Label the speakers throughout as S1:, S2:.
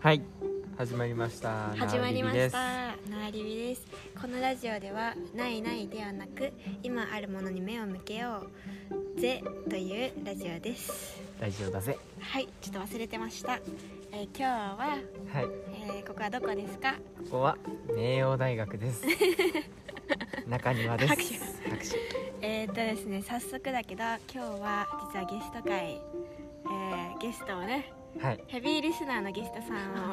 S1: はい始まりました
S2: 始まりま
S1: なおびび
S2: し
S1: で
S2: たなありびですこのラジオではないないではなく今あるものに目を向けようぜというラジオです
S1: すラジオだぜ
S2: はいちょっと忘れてました、えー今日は、
S1: はいこ
S2: えーここはどこですか
S1: こは名葉大学 です中庭です
S2: 拍手
S1: 拍手
S2: えー、っとですね早速だけど今日は実はゲスト会、えーゲストをね
S1: はい
S2: ヘビーリスナーのゲストさんを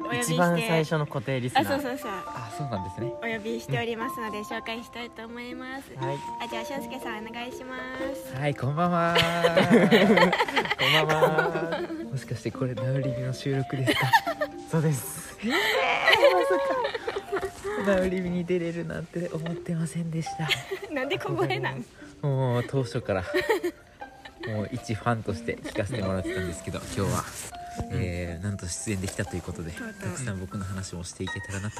S2: お呼びし て
S1: 一番最初の固定リスナー
S2: あそうそうそう
S1: あそうなんですね
S2: お呼びしておりますので紹介したいと思います、
S1: はい
S2: あじゃあ俊介さんお願いします
S3: はい、こんばんは。
S1: こんばんは
S3: もしかしてこれナウリビの収録ですか？
S1: そうです
S3: ナウリビに出れるなんて思ってませんでした。
S2: なんで小声なん
S3: もう当初からもう一ファンとして聞かせてもらってたんですけど、今日は。えー、なんと出演できたということで
S2: そうそう
S3: たくさん僕の話もしていけたらなと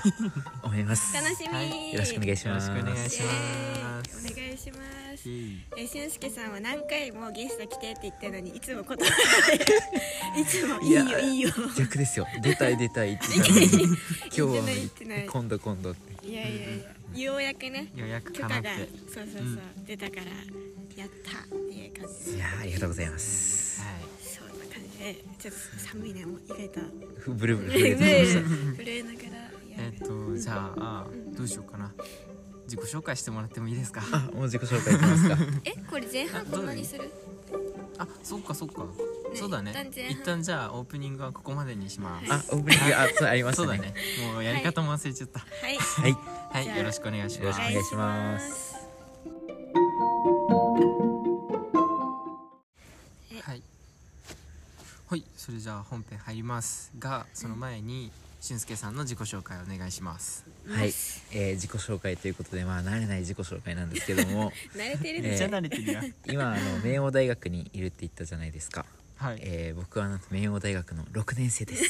S3: 思います
S2: 楽しみ、
S1: はい
S3: よろしくお願いします
S1: よろしくお願い
S2: イ
S1: し
S2: エ
S1: ます
S2: ーイお願いします
S1: いい
S2: えー、俊介さんは何回もゲスト来てって言ってるのにいつも断っていつもいい
S3: い
S2: よ
S3: や
S2: いいよ
S3: 逆ですよ出たい出たいって言ったのに今日は
S2: 言ってない言ってない
S3: 今度今度って
S2: いやいやいやようやくね
S1: 予約
S2: 許
S1: かな
S2: 可
S1: っ
S2: が
S1: て
S2: そうそうそう、出たからやったっていう感じ
S3: いやーありがとうございます
S1: は
S2: そんな感じでちょっと寒いねもう意外と
S3: ブル
S2: 震
S3: ブル震えてきまし
S2: えながら
S1: いえ
S2: や
S1: っとじゃあどうしようかな自己紹介してもらってもいいですか
S3: たあもう自己紹介いきますか
S2: えこれ前半こんなにする
S1: あそっかそっかそうだね
S2: 一旦前半
S1: 一旦じゃあオープニングはここまでにします
S3: あ、オープニング、あ、そう、ありまし
S1: そう
S3: た
S1: だ
S3: ね。
S1: ね。もうやり方も忘れちゃった。
S2: はい
S3: はい、
S1: は
S2: じゃ
S1: い、
S2: あ
S1: よろしくお願いします。
S3: よろしくお願いします
S1: はい。はい、それじゃあ本編入りますが、その前に俊介さんの自己紹介お願いします。
S3: はい、えー自己紹介ということで、まあ、慣れない自己紹介なんですけど も。
S2: 慣れてる
S3: え
S2: ね
S3: ー
S1: れてる や。
S3: 今、あの、明王大学にいるって言ったじゃないですか。
S1: はい。
S3: えー僕はなんと明王大学の六年生です。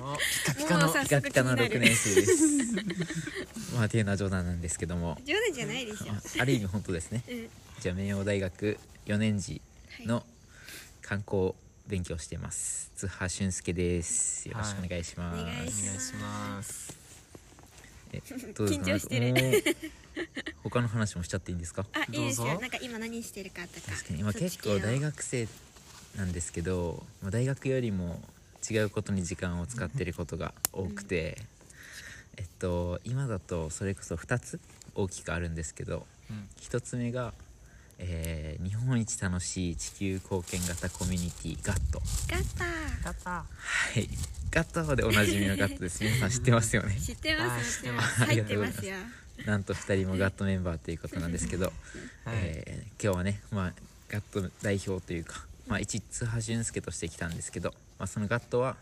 S1: おピカピカ
S2: も
S1: の
S2: うさ
S3: ピカピカの六年生です。まあ、っていうのは冗談なんですけども。
S2: 冗談じゃないでしょ
S3: まあある意味本当ですね。
S2: うんは
S3: じゃあ、明王大学四年次
S2: い
S3: の観光勉強してます。津波俊介です。よろしくお願いしま
S2: はい
S3: す。
S2: お願
S1: お
S2: い
S1: 願いします。
S3: えどうですか
S2: 緊張してる
S3: なんかもう他の話もしちゃっていいんですか
S2: あいいです
S1: どう
S2: よ
S1: ぞ
S2: なんか今何してるかとか
S3: 確かに今
S2: そっち
S3: 結
S2: 系を
S3: 構大学生なんですけどまあ大学よりも違うことに時間を使ってることが多くて、えっと今だとそれこそ2つ大きくあるんですけど
S1: うん
S3: 1つ目が、えー日本一楽しい地球貢献型コミュニティガット」
S2: ガッタ
S1: やった。
S3: はいガットでおなじみのガットで す皆さん知ってますよね
S2: ー知ってます
S1: あー
S2: もちろん入
S3: 知ってます
S2: ってますよ
S3: なんと2人もガットメンバーということなんですけど、
S1: はい
S3: えー今日はね、まあ、ガット代表というか、まあ、一津波俊介として来たんですけど、まあ、そのガットは、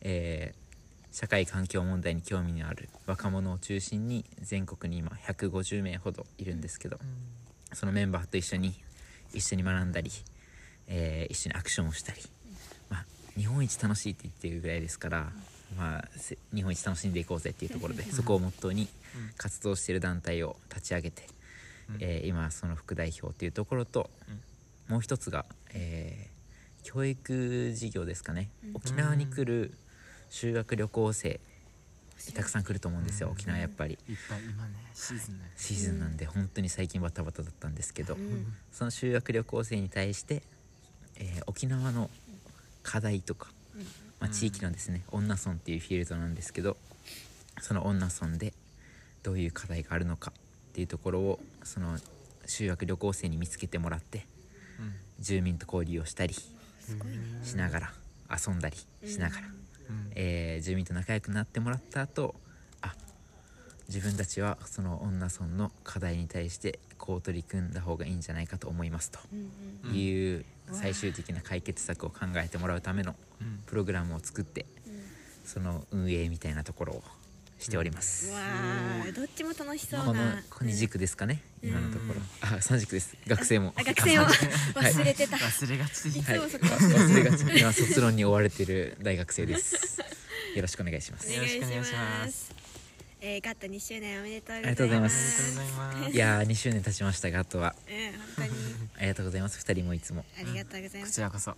S3: えー社会環境問題に興味のある若者を中心に全国に今150名ほどいるんですけどそのメンバーと一緒に一緒に学んだり、えー一緒にアクションをしたり、まあ、日本一楽しいって言ってるぐらいですから、まあ、せ日本一楽しんでいこうぜっていうところでそこをモットーに活動している団体を立ち上げて、
S1: うん
S3: えー今その副代表っていうところと、もう一つが、えー教育事業ですかね、沖縄に来る修学旅行生たくさん来ると思うんですよ、
S1: うん
S3: 沖縄やっぱり。
S1: いっぱい今ねシーズンね。
S3: シーズンなんで本当に最近バタバタだったんですけど、
S2: ん
S3: その修学旅行生に対して、えー沖縄の課題とか、まあ、地域のですね女村っていうフィールドなんですけどその女村でどういう課題があるのかっていうところをその修学旅行生に見つけてもらって住民と交流をしたり
S2: すごいね
S3: しながら遊んだりしながら、
S1: うんうん
S3: えー住民と仲良くなってもらった後あ自分たちはその女村の課題に対してこう取り組んだ方がいいんじゃないかと思います
S2: う
S3: と
S2: んう
S1: う
S2: ん
S1: ん
S3: いう最終的な解決策を考えてもらうための
S1: うん
S3: プログラムを作ってその運営みたいなところをしておりま
S2: う
S3: す
S2: ん。わあどっちも楽しそうな
S3: このこの2軸ですかね今のところあ3軸です学生も
S2: あ学生を忘れてた、
S1: 忘れが ちで
S2: い
S1: す。
S2: つ
S3: はい、
S2: も そこ
S3: 忘れがち今卒論に追われてる大学生ですよろしくお願いしま
S2: お
S3: す
S1: よ
S2: 願
S1: ろ
S2: い
S1: し
S2: し
S1: くお願い
S2: ま
S1: し
S2: す
S1: ます
S2: えー、ガット2周年おめでとう
S3: ありがとうございま
S1: ありがとう
S3: す
S1: ございます。
S3: いやー2周年経ちましたがあとは
S2: うん本当に
S3: ありがとうございます2人もいつも
S2: ありがとうござい
S1: こ
S2: ます
S1: ちらこそ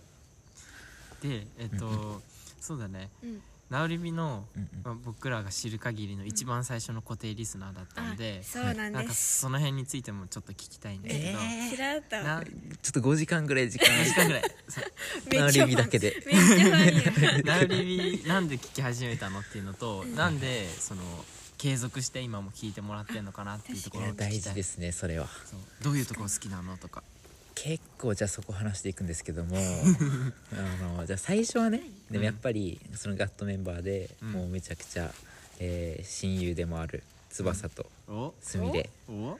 S1: でえっと、そうだね
S2: うん
S1: ナウリビの、
S3: うんうん
S1: まあ、僕らが知る限りの一番最初の固定リスナーだった
S2: あ
S1: んで、
S2: そうなん
S1: なん
S2: で
S1: か
S2: す、
S1: その辺についてもちょっと聞きたいんですけど、
S3: え
S2: 知らなかった
S1: な
S3: ちょっと5時間ぐら い時間
S1: 何時間ぐらいそう
S2: めっちゃファン
S3: ナウリビだけで
S2: めっちゃファン や
S1: ナウリビなんで聞き始めたのっていうのと、なんでその継続して今も聞いてもらってるのかなっていうとこ
S3: い
S1: ろを
S3: や
S1: 聞きたい
S3: 大事ですねそれは
S1: そうどういうところ好きなのとか
S3: 結構じゃあそこ話していくんですけ どもあのじゃあ最初はねでもやっぱりそのガットメンバーで、
S1: うん
S3: もうめちゃくちゃ、えー親友でもある翼と
S1: お
S3: すみれ
S1: お
S2: お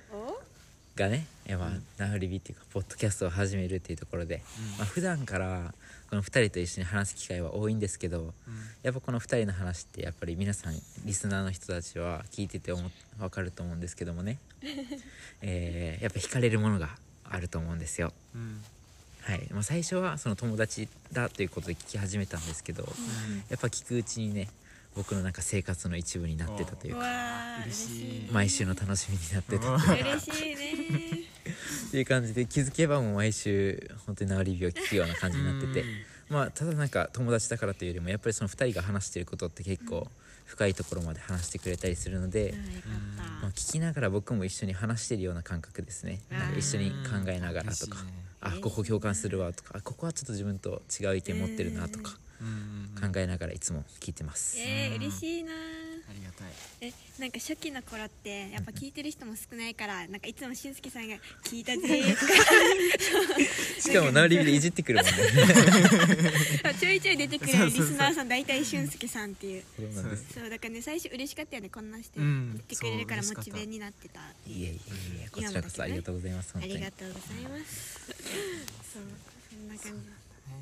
S3: がね、いやまあ
S1: うん
S3: ナフリビっていうかポッドキャストを始めるっていうところで、
S1: うん
S3: まあ普段からこの2人と一緒に話す機会は多いんですけど
S1: うん
S3: やっぱこの2人の話ってやっぱり皆さんリスナーの人たちは聞いてて思分かると思うんですけどもね、えーやっぱ惹かれるものがあると思うんですよ。
S1: うん
S3: はいまあ、最初はその友達だということで聞き始めたんですけど、やっぱ聞くうちにね僕のなんか生活の一部になってたという
S2: わ
S3: か
S2: あ
S1: 嬉
S2: 嬉
S1: し
S2: し
S1: い
S2: い
S3: 毎週の楽しみになってた
S1: うん
S2: 嬉しいね
S3: っていう感じで気づけばもう毎週本当にナオリビを聞くような感じになってて
S1: うん
S3: まあただなんか友達だからというよりもやっぱりその2人が話してることって結構深いところまで話してくれたりするので、
S2: うんよか
S3: まあ、
S2: っ
S3: 聞きながら僕も一緒に話してるような感覚ですねなんか一緒に考えながらと
S1: 嬉
S3: か
S1: しいね
S3: あここ共感するわとかあここはちょっと自分と違う意見持ってるなとか
S1: うんうんうん
S3: 考えながらいつも聞いてます
S2: た。え
S1: うん
S2: ー、嬉しいな
S1: ありがたい
S2: えなんか初期の頃ってやっぱ聞いてる人も少ないからなんかいつもしんすけさんが「聞いたぜ」とか
S3: しかもナオリビでいじってくるもんね
S2: ちょいちょい出てくるリスナーさん大体俊介さんっていう
S3: そうなんです
S2: そうだからね最初嬉しかったよねこんなして
S1: う
S2: 言
S1: ん
S2: ってくれるから
S1: そう
S2: モ
S1: 嬉し
S2: チ
S1: かった
S2: ベになってたあ
S3: いえいえいえこちらこそありがとうございます本当
S2: り
S3: に
S2: がとうございますそうそんな感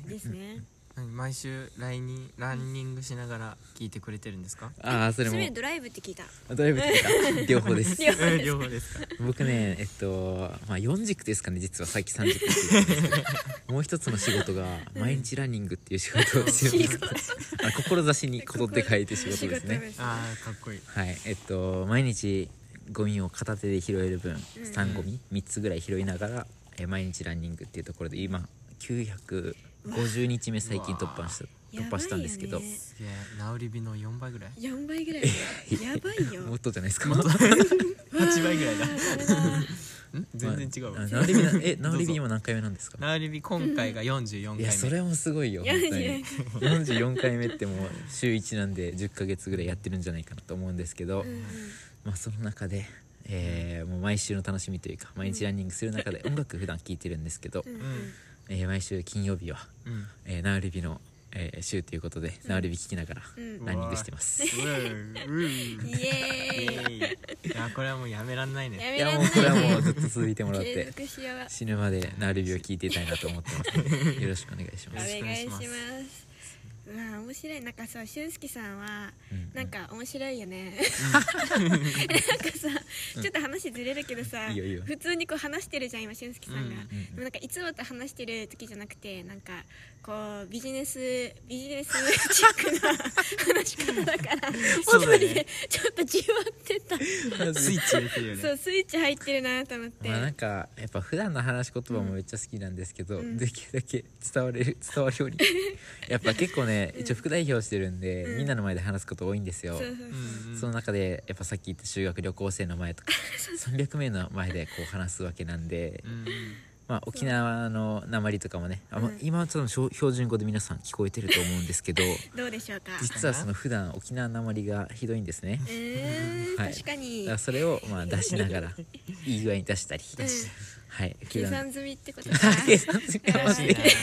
S2: じですね
S1: 何毎週ライニランニングしながら聞いてくれてるんですか
S3: ああそれ
S2: そ
S3: も
S2: れドライブって聞いた
S3: ドライブっていうか両方です
S2: 両方です
S1: え両方ですか
S3: 僕ねえっと、まあ、4軸ですかね実はさっき3軸って言ったんですけどもう一つの仕事が毎日ランニングっていう仕事をしてるんですあ志にことって書いて仕事ですね
S1: ああかっこいい
S3: はいえっと毎日ゴミを片手で拾える分スタンゴミ3つぐらい拾いながら、え毎日ランニングっていうところで今950日目最近突破した
S2: うわ
S3: 突破したんですけど、
S2: やばいよね
S1: すげえナウリビの4倍ぐらい
S2: 4倍ぐらいだよやばいよ
S3: もっとじゃないですか
S1: 8倍ぐらい だ
S2: あれだ
S1: ん全然違うわ
S3: あナオリビなえナ
S1: どう
S3: オリ
S1: ぞ
S3: ビ今何回目なんですか
S1: ナウリビ今回が44回目
S3: いやそれもすごいよ
S2: い
S3: 本
S2: や
S3: 当に
S2: いやいや
S3: 44回目ってもう週1なんで10ヶ月ぐらいやってるんじゃないかなと思うんですけど、
S2: うん
S3: まあその中で、えーもう毎週の楽しみというか毎日ランニングする中で音楽普段聴いてるんですけど、
S2: うん
S1: うん
S3: えー毎週金曜日は、
S1: うん
S3: えー、ナウリビの、えー週ということで、ナウリビ聴きながら
S2: うん
S3: ランニングしてます、
S1: うーう
S2: うん
S1: ーイ
S2: イエ ーイ
S1: エーイいやこれはもうやめらんないね
S2: や
S3: い
S2: め
S3: や
S2: らん
S3: も
S2: な
S3: うこれはいも
S2: ね
S3: うずっと続いてもら っ
S2: 継
S3: て
S2: 続しよう
S3: 死ぬまでナウリビを聴いていたいなと思ってます、よろしくお願いし
S2: お
S3: ま
S1: よろ
S2: 願いしま
S3: す、
S1: しくお願いします
S2: まあ面白いなんかそう俊介さんは
S3: うんうん
S2: なんか面白いよねなんかさちょっと話ずれるけどさ
S3: いいよいいよ
S2: 普通にこう話してるじゃん今俊介さんが
S1: うんうん
S3: うん
S2: でもなんかいつもと話してる時じゃなくてなんかこうビジネスビジネスチックな話し方だから
S1: そうだね
S2: 一人でちょっとじわってた
S1: スイッチ入れてるよ
S2: そ
S1: ね
S2: うスイッチ入ってるなと思って
S3: まあなんかやっぱ普段の話し言葉もめっちゃ好きなんですけど、
S2: うん
S3: できるだけ伝われる 伝わるようにやっぱ結構ね一応副代表してるんで、
S2: うん
S3: みんなの前で話すこと多いんですよ
S2: そう、そうそう
S1: うんうん
S3: その中でやっぱさっき言った修学旅行生の前 とか300名の前でこう話すわけなんで、
S1: うん
S3: まあ、沖縄の鉛とかもねあ、まあ
S2: うん
S3: 今はちょっと標標準語で皆さん聞こえてると思うんで すけど
S2: どうでしょうか
S3: 実はその普段沖縄鉛がひどいんですね
S2: う。ーん
S3: はい
S2: 確か
S3: だ
S2: に
S3: からそれをまあ出しな がらいい具合に出したり、
S2: うん
S3: はい普
S2: 計
S3: 段
S2: 算済みって ことか
S3: 計算するかも
S1: ら
S3: し
S1: し
S3: れ
S1: い
S3: な
S1: ない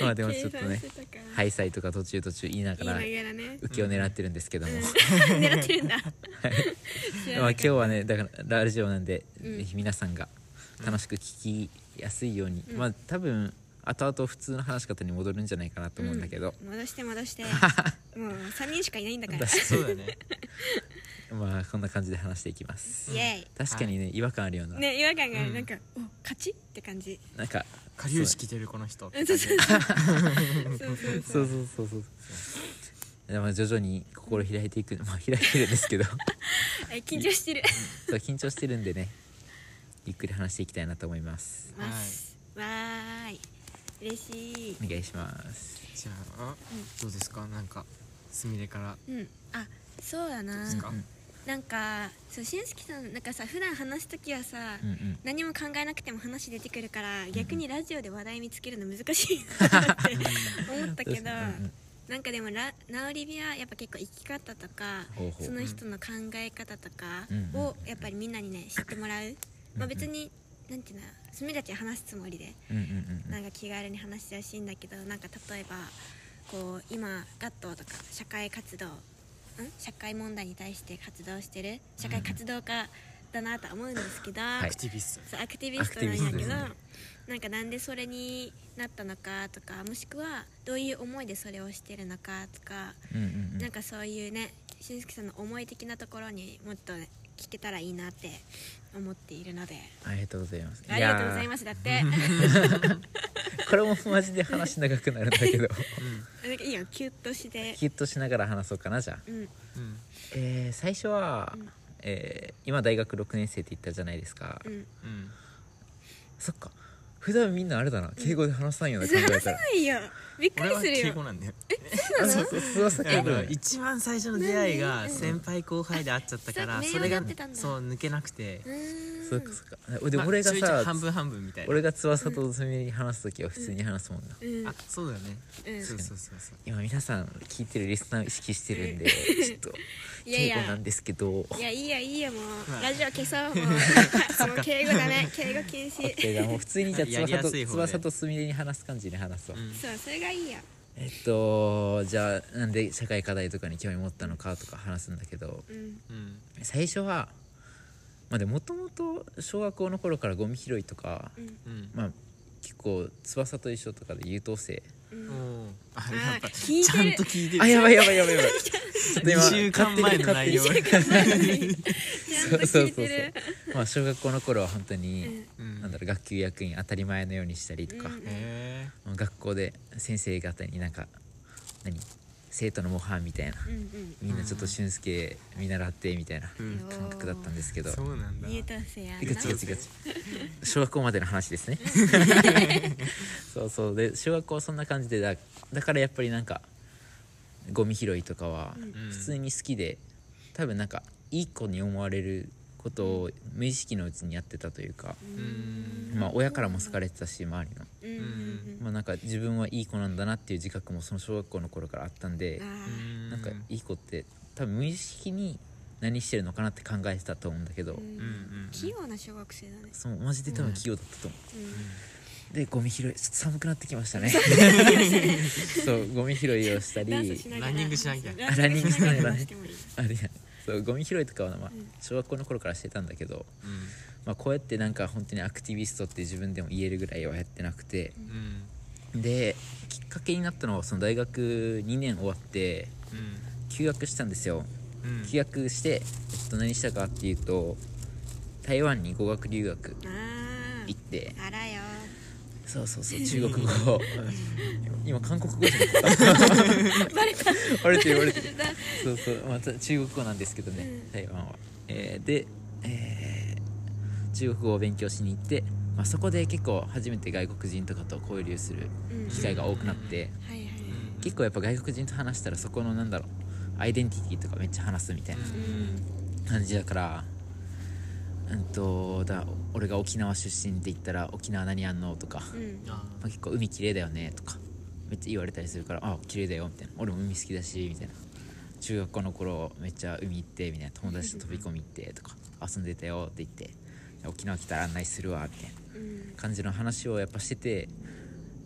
S3: まあでもちょっと
S2: 計算し
S3: ね
S2: てたか
S3: ハイサイとか途中途中言いなが
S2: 言いな
S3: ら
S2: がらね
S3: 受けを狙ってるんですけども、
S2: 狙ってるんだ知らなかった
S3: まあ今日はねだからラジオなんで、
S2: うん
S3: ぜひ皆さんが楽しく聞きやすいように、まあ多分後々普通の話し方に戻るんじゃないかなと思うんだけど、
S2: う戻して戻 してもう3人しかいないんだから
S3: 確
S1: そうだね
S3: まあこんな感じで話していきます
S2: イエ
S3: 確かにね違和感あるような、
S2: イね違和感があ
S1: う
S2: る
S1: ん
S2: なんかお勝ちって感 じ
S3: なんか
S1: 下流式てるこの人
S2: うんそうそうそうそうそう
S3: そうそうそうそうでも徐々に心開いていくまあ開いてるんですけど
S2: あ緊張してる
S3: そう緊張してるんでねゆっくり話していきたいなと思います
S2: ますわーい嬉しい
S3: お願いします
S1: じゃあどうですかなんかすみれから
S2: うんあそうだな
S1: ですか、
S3: うん
S2: なんかそうしんすきさんなんかさ普段話す時はさ、
S3: うんうん
S2: 何も考えなくても話出てくるから逆にラジオで話題見つけるの難しいなって思ったけど、
S3: うん
S2: なんかでもラナオリビはやっぱ結構生き方とか
S3: ほうほう
S2: その人の考え方とか
S3: うん
S2: をやっぱりみんなにね知ってもらう、まあ、別になんていうのすみたちは話すつもりで
S3: うんうんうんうん
S2: なんか気軽に話してほしいんだけどなんか例えばこう今ガットーとか社会活動ん社会問題に対して活動してる社会活動家だなとは思うんですけど、
S1: ア
S3: い
S1: クティビス
S2: そうアクティビスト
S3: アクティビス
S2: な
S3: ト
S2: んだ
S3: で
S2: け
S3: す
S2: ど、
S3: ね
S2: なんかなんでそれになったのかとかもしくはどういう思いでそれをしてるのかとか、
S3: うんうん
S2: なんかそういうね俊介さんの思い的なところにもっとね聞けたらいいなって思っているので
S3: ありがとうございます
S2: ありがとうござい
S3: す
S2: ますだって
S3: これもマジで話長くなるんだけ
S2: な
S3: ど
S2: んかいいよキュッとして
S3: ヒットしながら話そうかなじゃあ
S2: うん
S1: うん
S3: えー最初は、えー今大学6年生って言ったじゃないですか、
S2: うん
S1: うん
S3: そっか普段みんなあれだな敬語で話さんような考えたら、
S2: いいよびっく
S1: 俺
S2: り
S1: は
S2: する
S1: 敬
S2: よ
S1: 語なんだよ
S3: あそうそうそうそう
S1: あ
S3: 敬語だ
S1: の
S3: ね
S1: 一番最初の出会いが先輩後輩で会っちゃったから
S2: うん
S1: それが
S2: そう名誉になってたんだ
S1: そう抜けなくて
S2: うーん
S3: そうかそうかで
S1: まあ
S3: 俺が
S1: ちょいちょい
S3: さ
S1: 半分半分みたいな
S3: 俺が翼とすみれに話す時は普通に話すもんな、
S2: うん
S1: あそうだよね
S2: うん
S1: そうそうそうそう
S3: 今皆さん聞いてるリスナーを意識してる んでちょっと
S2: いやい
S3: 敬
S2: や
S3: 語なんですけど
S2: いやいいよいいよもう、
S1: まあ
S2: ラジオ消そう もうもう敬語ダメ敬語禁止
S3: OK だもう普通にじゃあ
S1: やりや
S3: 翼と
S1: すい方で
S3: 翼とすみれに話す感じで話そう、
S1: うん
S2: そうそれがいいよ
S3: えっとじゃあなんで社会課題とかに興味持ったのかとか話すんだけど
S2: うん
S1: うん
S3: 最初はまあでもともと小学校の頃からゴミ拾いとか、
S2: うん
S1: うん
S3: まあ結構翼と一緒とかで優等生
S2: うん
S1: おーあ
S2: ー
S1: やっぱ
S2: 聞い
S1: ち
S2: てる
S1: ゃんと聞いてる
S3: あやばいやばいやばい やばいちょっと今
S1: 2週間前の
S3: 勝手
S1: 内
S3: に
S1: 容
S3: 勝手に
S2: ちゃんと聞いてる
S3: まあ小学校の頃は本当に、
S1: うん
S3: なんだろう学級役員当たり前のようにしたりとか、
S2: うん
S1: へ
S3: まあ学校で先生方になんか何生徒の模範みたいな
S2: うんうん
S3: みんなちょっと俊介見習ってみたいな
S1: えうん
S3: 感覚だったんですけど、
S1: そうなんだ
S2: 優等生やな
S3: えガチガチガチ小学校までの 話ですねそうそうで小学校はそんな感じでだだからやっぱりなんかゴミ拾いとかは
S1: うん
S3: 普通に好きで、多分なんかいい子に思われることを無意識のうちにやってたというか、
S1: うん
S3: まあ親からも好かれてたし周りの、
S2: うんうんうん
S3: まあ、なんか自分はいい子なんだなっていう自覚もその小学校の頃からあったんで
S2: あ、
S1: う
S2: ー
S1: ん
S3: なんかいい子って多分無意識に何してるのかなって考えてたと思うんだけど、
S2: うん
S1: うんうん
S2: 器用な小学生だね
S3: そうマジで多分器用だったと思う、でゴミ拾いちょっと寒くなってきましたね そうゴミ拾いをしたり
S2: ダンスしながら
S1: ランニングしなきゃ
S2: ランニングしながら話してもいい
S3: あれそうゴミ拾いとかは、まあ
S2: うん、
S3: 小学校の頃からしてたんだけど、
S1: うん
S3: まあ、こうやってなんか本当にアクティビストって自分でも言えるぐらいはやってなくて
S1: うん
S3: できっかけになったのはその大学2年終わって休学したんですよ
S1: うんうん
S3: 休学して、えっと、何したかっていうと台湾に語学留学
S2: あ
S3: 行って
S2: ーあらよ
S3: そうそうそう中国 語今韓国語じゃなかった
S2: バレた
S3: 割れてる割れてるそうそう、まあ、た中国語なんですけどね、台湾は、えーで、えー中国語を勉強しに行って、まあ、そこで結構初めて外国人とかと交流する
S2: うん
S3: 機会が多くなって、
S2: はいはい
S3: 結構やっぱ外国人と話したらそこのなんだろうアイデンティティとかめっちゃ話すみたいな
S2: うん
S3: 感じだからうんとだ俺が沖縄出身って言ったら「沖縄何あんの?」とか、
S2: うん
S1: あ
S3: まあ、結構海綺麗だよねとかめっちゃ言われたりするから「あ綺麗だよ」みたいな「俺も海好きだし」みたいな中学校の頃めっちゃ海行ってみたいな友達と飛び込み行ってとか遊んでたよって言って沖縄来たら案内するわみたいな
S2: うん
S3: 感じの話をやっぱしてて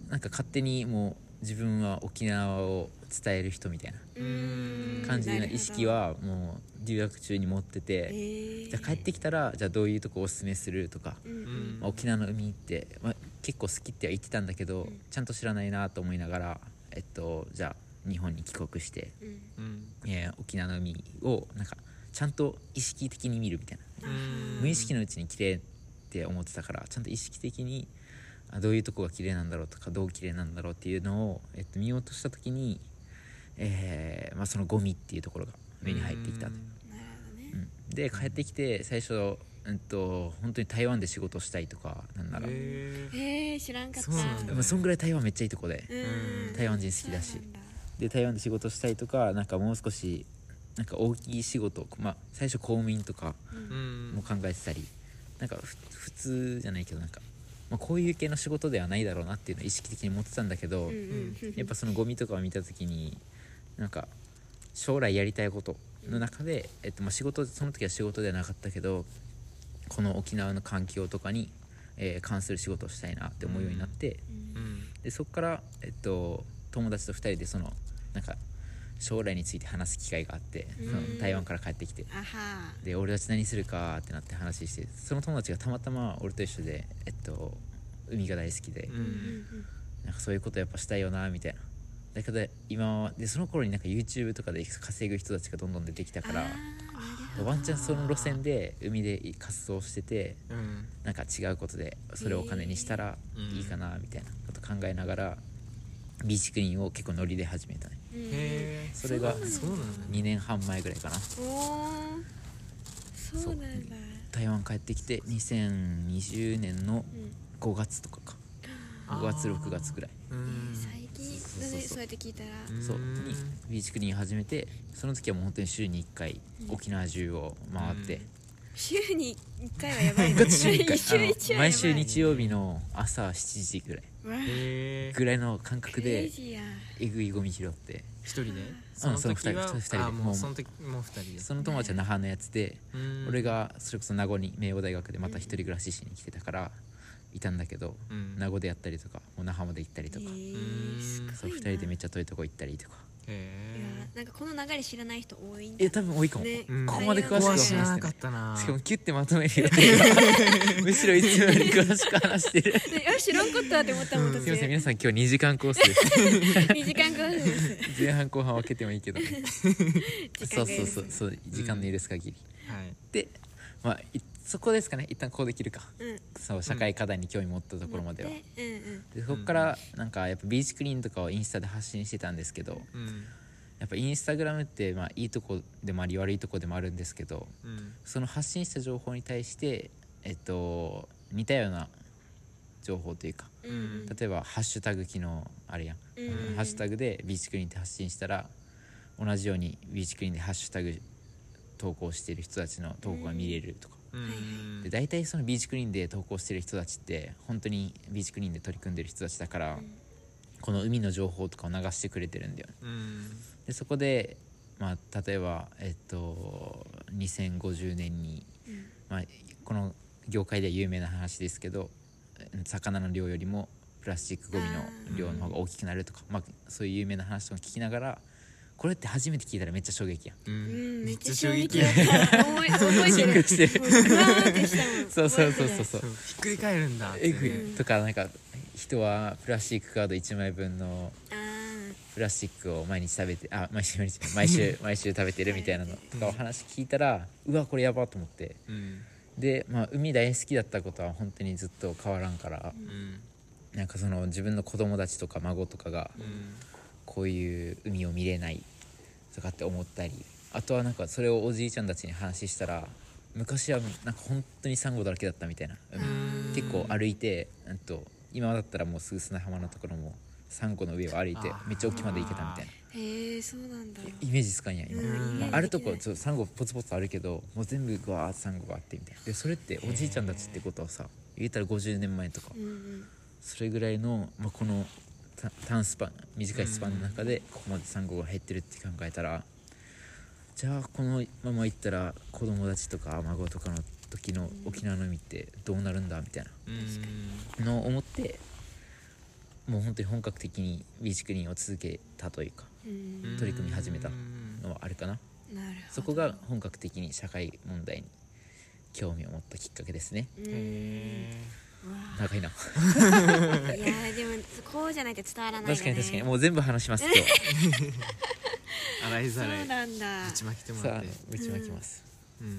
S3: なんか勝手にもう自分は沖縄を伝える人みたいな
S2: うん
S3: 感じの意識はもう留学中に持って
S2: え
S3: て
S2: ー
S3: じゃあ帰ってきたらじゃあどういうとこおすすめするとか
S2: うんう
S1: うんん
S3: まあ沖縄の海って、まあ、結構好きっては言ってたんだけど、
S2: ん
S3: ちゃんと知らないなと思いながら、えっと、じゃあ日本に帰国して、
S2: うん
S1: うん
S3: えー沖縄の海をなんかちゃんと意識的に見るみたいな、
S1: うん
S3: 無意識のうちに綺麗って思ってたからちゃんと意識的にあどういうとこが綺麗なんだろうとかどう綺麗なんだろうっていうのを、えっと、見ようとした時に、えーまあ、そのゴミっていうところが目に入ってきた
S2: な
S3: と。
S2: るほどね
S3: うんで帰ってきて最初、うん、と本当に台湾で仕事したいとかなんなら、
S1: へえ
S2: えー、知らんかった
S1: そうなんだ
S3: まあ、そんぐらい台湾めっちゃいいとこで、
S2: うん
S3: 台湾人好きだし
S2: そうなんだ
S3: で台湾で仕事したいとかなんかもう少しなんか大きい仕事、まあ、最初公務員とか
S1: うん
S3: も考えてたり、なんかふ普通じゃないけどなんか、まあ、こういう系の仕事ではないだろうなっていうのを意識的に持ってたんだけど、
S2: うんうん
S3: やっぱそのゴミとかを見た時になんか将来やりたいことの中で、えっと、まあ仕事その時は仕事ではなかったけどこの沖縄の環境とかに、えー関する仕事をしたいなって思うようになって、
S1: うん
S3: でそこから、えっと、友達と2人でそのなんか将来について話す機会があって、
S2: うん
S3: その台湾から帰ってきて。
S2: あは
S3: で俺たち何するかってなって話してその友達がたまたま俺と一緒で、えっと、海が大好きで、
S1: う
S2: ーうんん
S3: なんかそういうことやっぱしたいよなみたいなだけど今はでその頃になんか YouTube とかで稼ぐ人たちがどんどん出てきた
S2: あー
S3: か
S2: な
S3: ら
S2: るほど
S3: ワンチャンその路線で海で活動してて
S1: うん
S3: なんか違うことでそれをお金にしたらいいかなみたいなこと考えながらビーチクリーンを結構ノリで始めたね
S2: うん
S1: へえ
S3: それが
S1: そうなんだね
S3: 2年半前ぐらいかな
S2: おーそうなんだ
S3: 台湾帰ってきて2020年の
S2: うん
S3: 5月とかか
S1: あー
S3: 5月6月ぐらい
S1: うん
S2: 最近
S3: そう
S2: だ
S3: そうそう
S2: ねそうやって聞いたら
S1: うん
S3: そう
S1: うん
S3: にビーチクリーン始めてその時はもう本当に週に1回沖縄中を回って、
S2: 週に1回はやばいな
S3: 週に1回
S2: 週に
S3: あ
S2: 一はや
S3: の
S2: ばい
S3: 毎週日曜日の朝7時ぐらい
S2: わあ
S1: へえ
S3: ぐらいの感
S2: ク
S3: 覚
S2: レ
S3: で
S2: イジーや
S3: えぐいゴミ拾って
S1: 一人で
S3: その二人二人で
S1: あも
S3: も
S1: う
S3: う
S1: その時もう二人で
S3: その友達は那覇のやつで、
S1: うん
S3: 俺がそれこそ名護に名護大学でまた一人暮らししに来てたからいたんだけど、
S1: うん
S3: 名護でやったりとかもう那覇まで行ったり
S2: え
S3: とか、
S2: ーすごいな
S3: そう2人でめっちゃ遠いとこ行ったりとか
S2: い
S1: へ
S2: やなんかこの流れ知らない人多いんだ
S3: え多分多いかも、
S2: ね
S1: えうん
S3: ここまで詳しく
S1: こ
S3: は
S1: こは
S3: 話
S1: 知
S3: して
S1: ら
S3: な
S1: ないかったな
S3: しかもキュッてまとめるよね むしろいつもより詳しく話してる
S2: ねあ知らんかったって思ったもん
S3: す
S2: 途中
S3: みません皆さん今日2時間コースです
S2: 2時間後です
S3: 前半後半分けてもいいけど
S2: 時間
S3: そう
S2: が
S3: そうそうそう時間の許す限り、
S1: はい
S3: でまあいそこですかね一旦こうできるか
S2: うん
S3: そう社会課題に興味持ったところまでは、
S2: うんうん
S3: でそこからなんかやっぱビーチクリーンとかをインスタで発信してたんですけど
S1: うん
S3: やっぱインスタグラムってまあいいとこでもあり悪いとこでもあるんですけど
S1: うん
S3: その発信した情報に対してえっと似たような情報というか
S2: うんうん
S3: 例えばハッシュタグ機能あるやん、
S2: うん
S3: ハッシュタグでビーチクリーンって発信したら同じようにビーチクリーンでハッシュタグ投稿してる人たちの投稿が見れると
S1: うん
S3: か、
S1: うん
S3: で大体そのビーチクリーンで投稿してる人たちって本当にビーチクリーンで取り組んでる人たちだから、この海の情報とかを流してくれてるんだよね
S1: うん
S3: でそこで、まあ、例えば、えっと、2050年に、まあ、この業界では有名な話ですけどえ魚の量よりもプラスチックゴミの量の方が大きくなるとかまあ、そういう有名な話とか聞きながらこれって初めて聞いたらめっちゃ衝撃や ん。
S1: う
S2: うんん
S1: め
S2: め
S1: っ
S2: っ
S1: ち
S2: ち
S1: ゃ衝
S2: ゃ衝
S1: 撃
S2: 撃
S1: や
S2: だった覚え覚えて
S3: して
S2: るもうふわーってしたもん
S3: そうそうそうそう
S2: 覚
S3: そう
S1: そうひっくり返るんだって
S3: え
S1: ね
S3: ぐいとかなんか人はプラスチックカード1枚分の
S2: えてないあ
S3: プラスチックを毎日食べてあ毎週毎日毎週毎週食べてるみたいなのとかお話聞いたらうわこれやばと思って
S1: うん
S3: で、まあ、海大好きだったことは本当にずっと変わらんから
S1: うん
S3: なんかその自分の子供たちとか孫とかが
S1: うん
S3: こういう海を見れないとかって思ったりあとはなんかそれをおじいちゃんたちに話したら昔はなんか本当にサンゴだらけだったみたいな海結構歩いてうんと今だったらもうすぐ砂浜のところもサンゴの上を歩いて
S1: あー
S3: めっちゃ沖まで行けたみたいな
S2: ーへえそうなんだ
S3: イメージつかんやん今、
S1: うん
S3: まあ、あるとこちょっとサンゴポツポツあるけどもう全部ぐわーってサンゴがあってみたいなでそれっておじいちゃんたちってことはさ言えたら50年前とか
S2: うんうん
S3: それぐらいの、まあ、このた短スパン短いスパンの中でここまでサンゴが減ってるって考えたらじゃあこのまま行ったら子供たちとか孫とかの時の沖縄の海ってどうなるんだみたいな
S1: うん
S3: のを思ってもう本当に本格的にビーチクリーンを続けたというか
S2: うん
S1: うん
S3: 取り組み始めた
S1: うん
S3: のはあるかな
S2: なるほど
S3: そこが本格的に社会問題に興味を持ったきっかけですね
S2: うん
S1: へ
S2: わ
S3: 長いな
S2: あいやーでもこうじゃないと伝わらないよね
S3: 確かに確かにもう全部話します今日
S1: え洗いざら
S2: そ
S1: いう
S2: なんだ
S1: ぶちまきて も
S3: さ
S1: ら
S3: あ
S1: って
S3: ぶちまきます、
S1: うん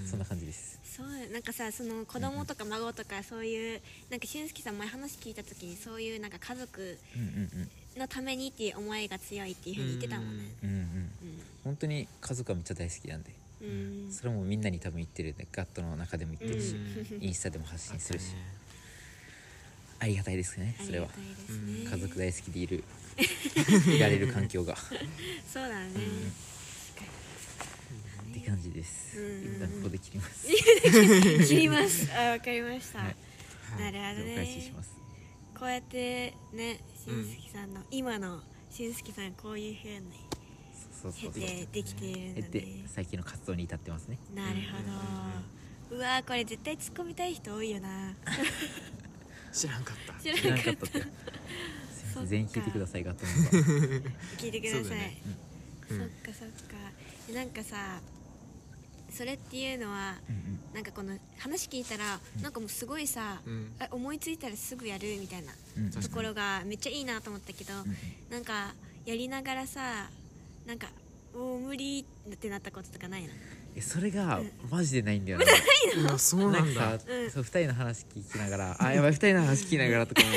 S3: そんな感じです
S2: そうなんかさその子供とか孫とかそういうなんか俊介さん前話聞いた時にそういうなんか家族
S3: うんうん
S2: のためにっていう思いが強いっていうふうに言ってたもんね
S3: うんうんうん
S2: うん
S3: 本当に家族はめっちゃ大好きなんで
S2: うん
S3: それもみんなに多分言ってるねガットの中でも言ってるし、インスタでも発信するし、
S1: あったね
S3: ありがたいですねそれは
S2: ありがたいですね、
S3: 家族大好きでいるいられる環境が
S2: そうだね、
S3: って感じです
S2: うん
S3: 一旦ここで切ります
S2: 切りますあわかりました、
S3: はい
S2: なる
S3: お
S2: ほど
S3: 返し
S2: ね
S3: します
S2: こうやってねしんすきさんの、今のしんすきさんこういうふうに
S3: そうそ
S2: 経
S3: うそう
S2: てできているんだ
S3: で
S2: ね
S3: 最近の活動に至ってますね
S2: なるほど、うわーこれ絶対突っ込みたい人多いよな
S1: 知らんかった
S2: 知ら
S3: 知ら
S2: なか
S3: なか
S2: っ
S3: った
S2: た
S3: ってすいま
S2: そっ
S3: せん
S2: か
S3: 全員聞いてくださいガットの方は
S2: 聞いてください
S1: そうだね
S2: そ
S1: うん
S2: っかそっかえなんかさそれっていうのは
S3: うんうん
S2: なんかこの話聞いたらなんかもうすごいさ、
S1: うん
S2: あ思いついたらすぐやるみたいな
S3: うん
S1: 確か
S2: と
S1: に
S2: ころがめっちゃいいなと思ったけど、
S3: うんうん
S2: なんかやりながらさなんかもう無理ってなったこととかないの
S3: えそれがマジでないんだよな、
S1: いやそうなんだ
S3: かさそう2人の話聞きながら「あやばい2人の話聞きながら」とか も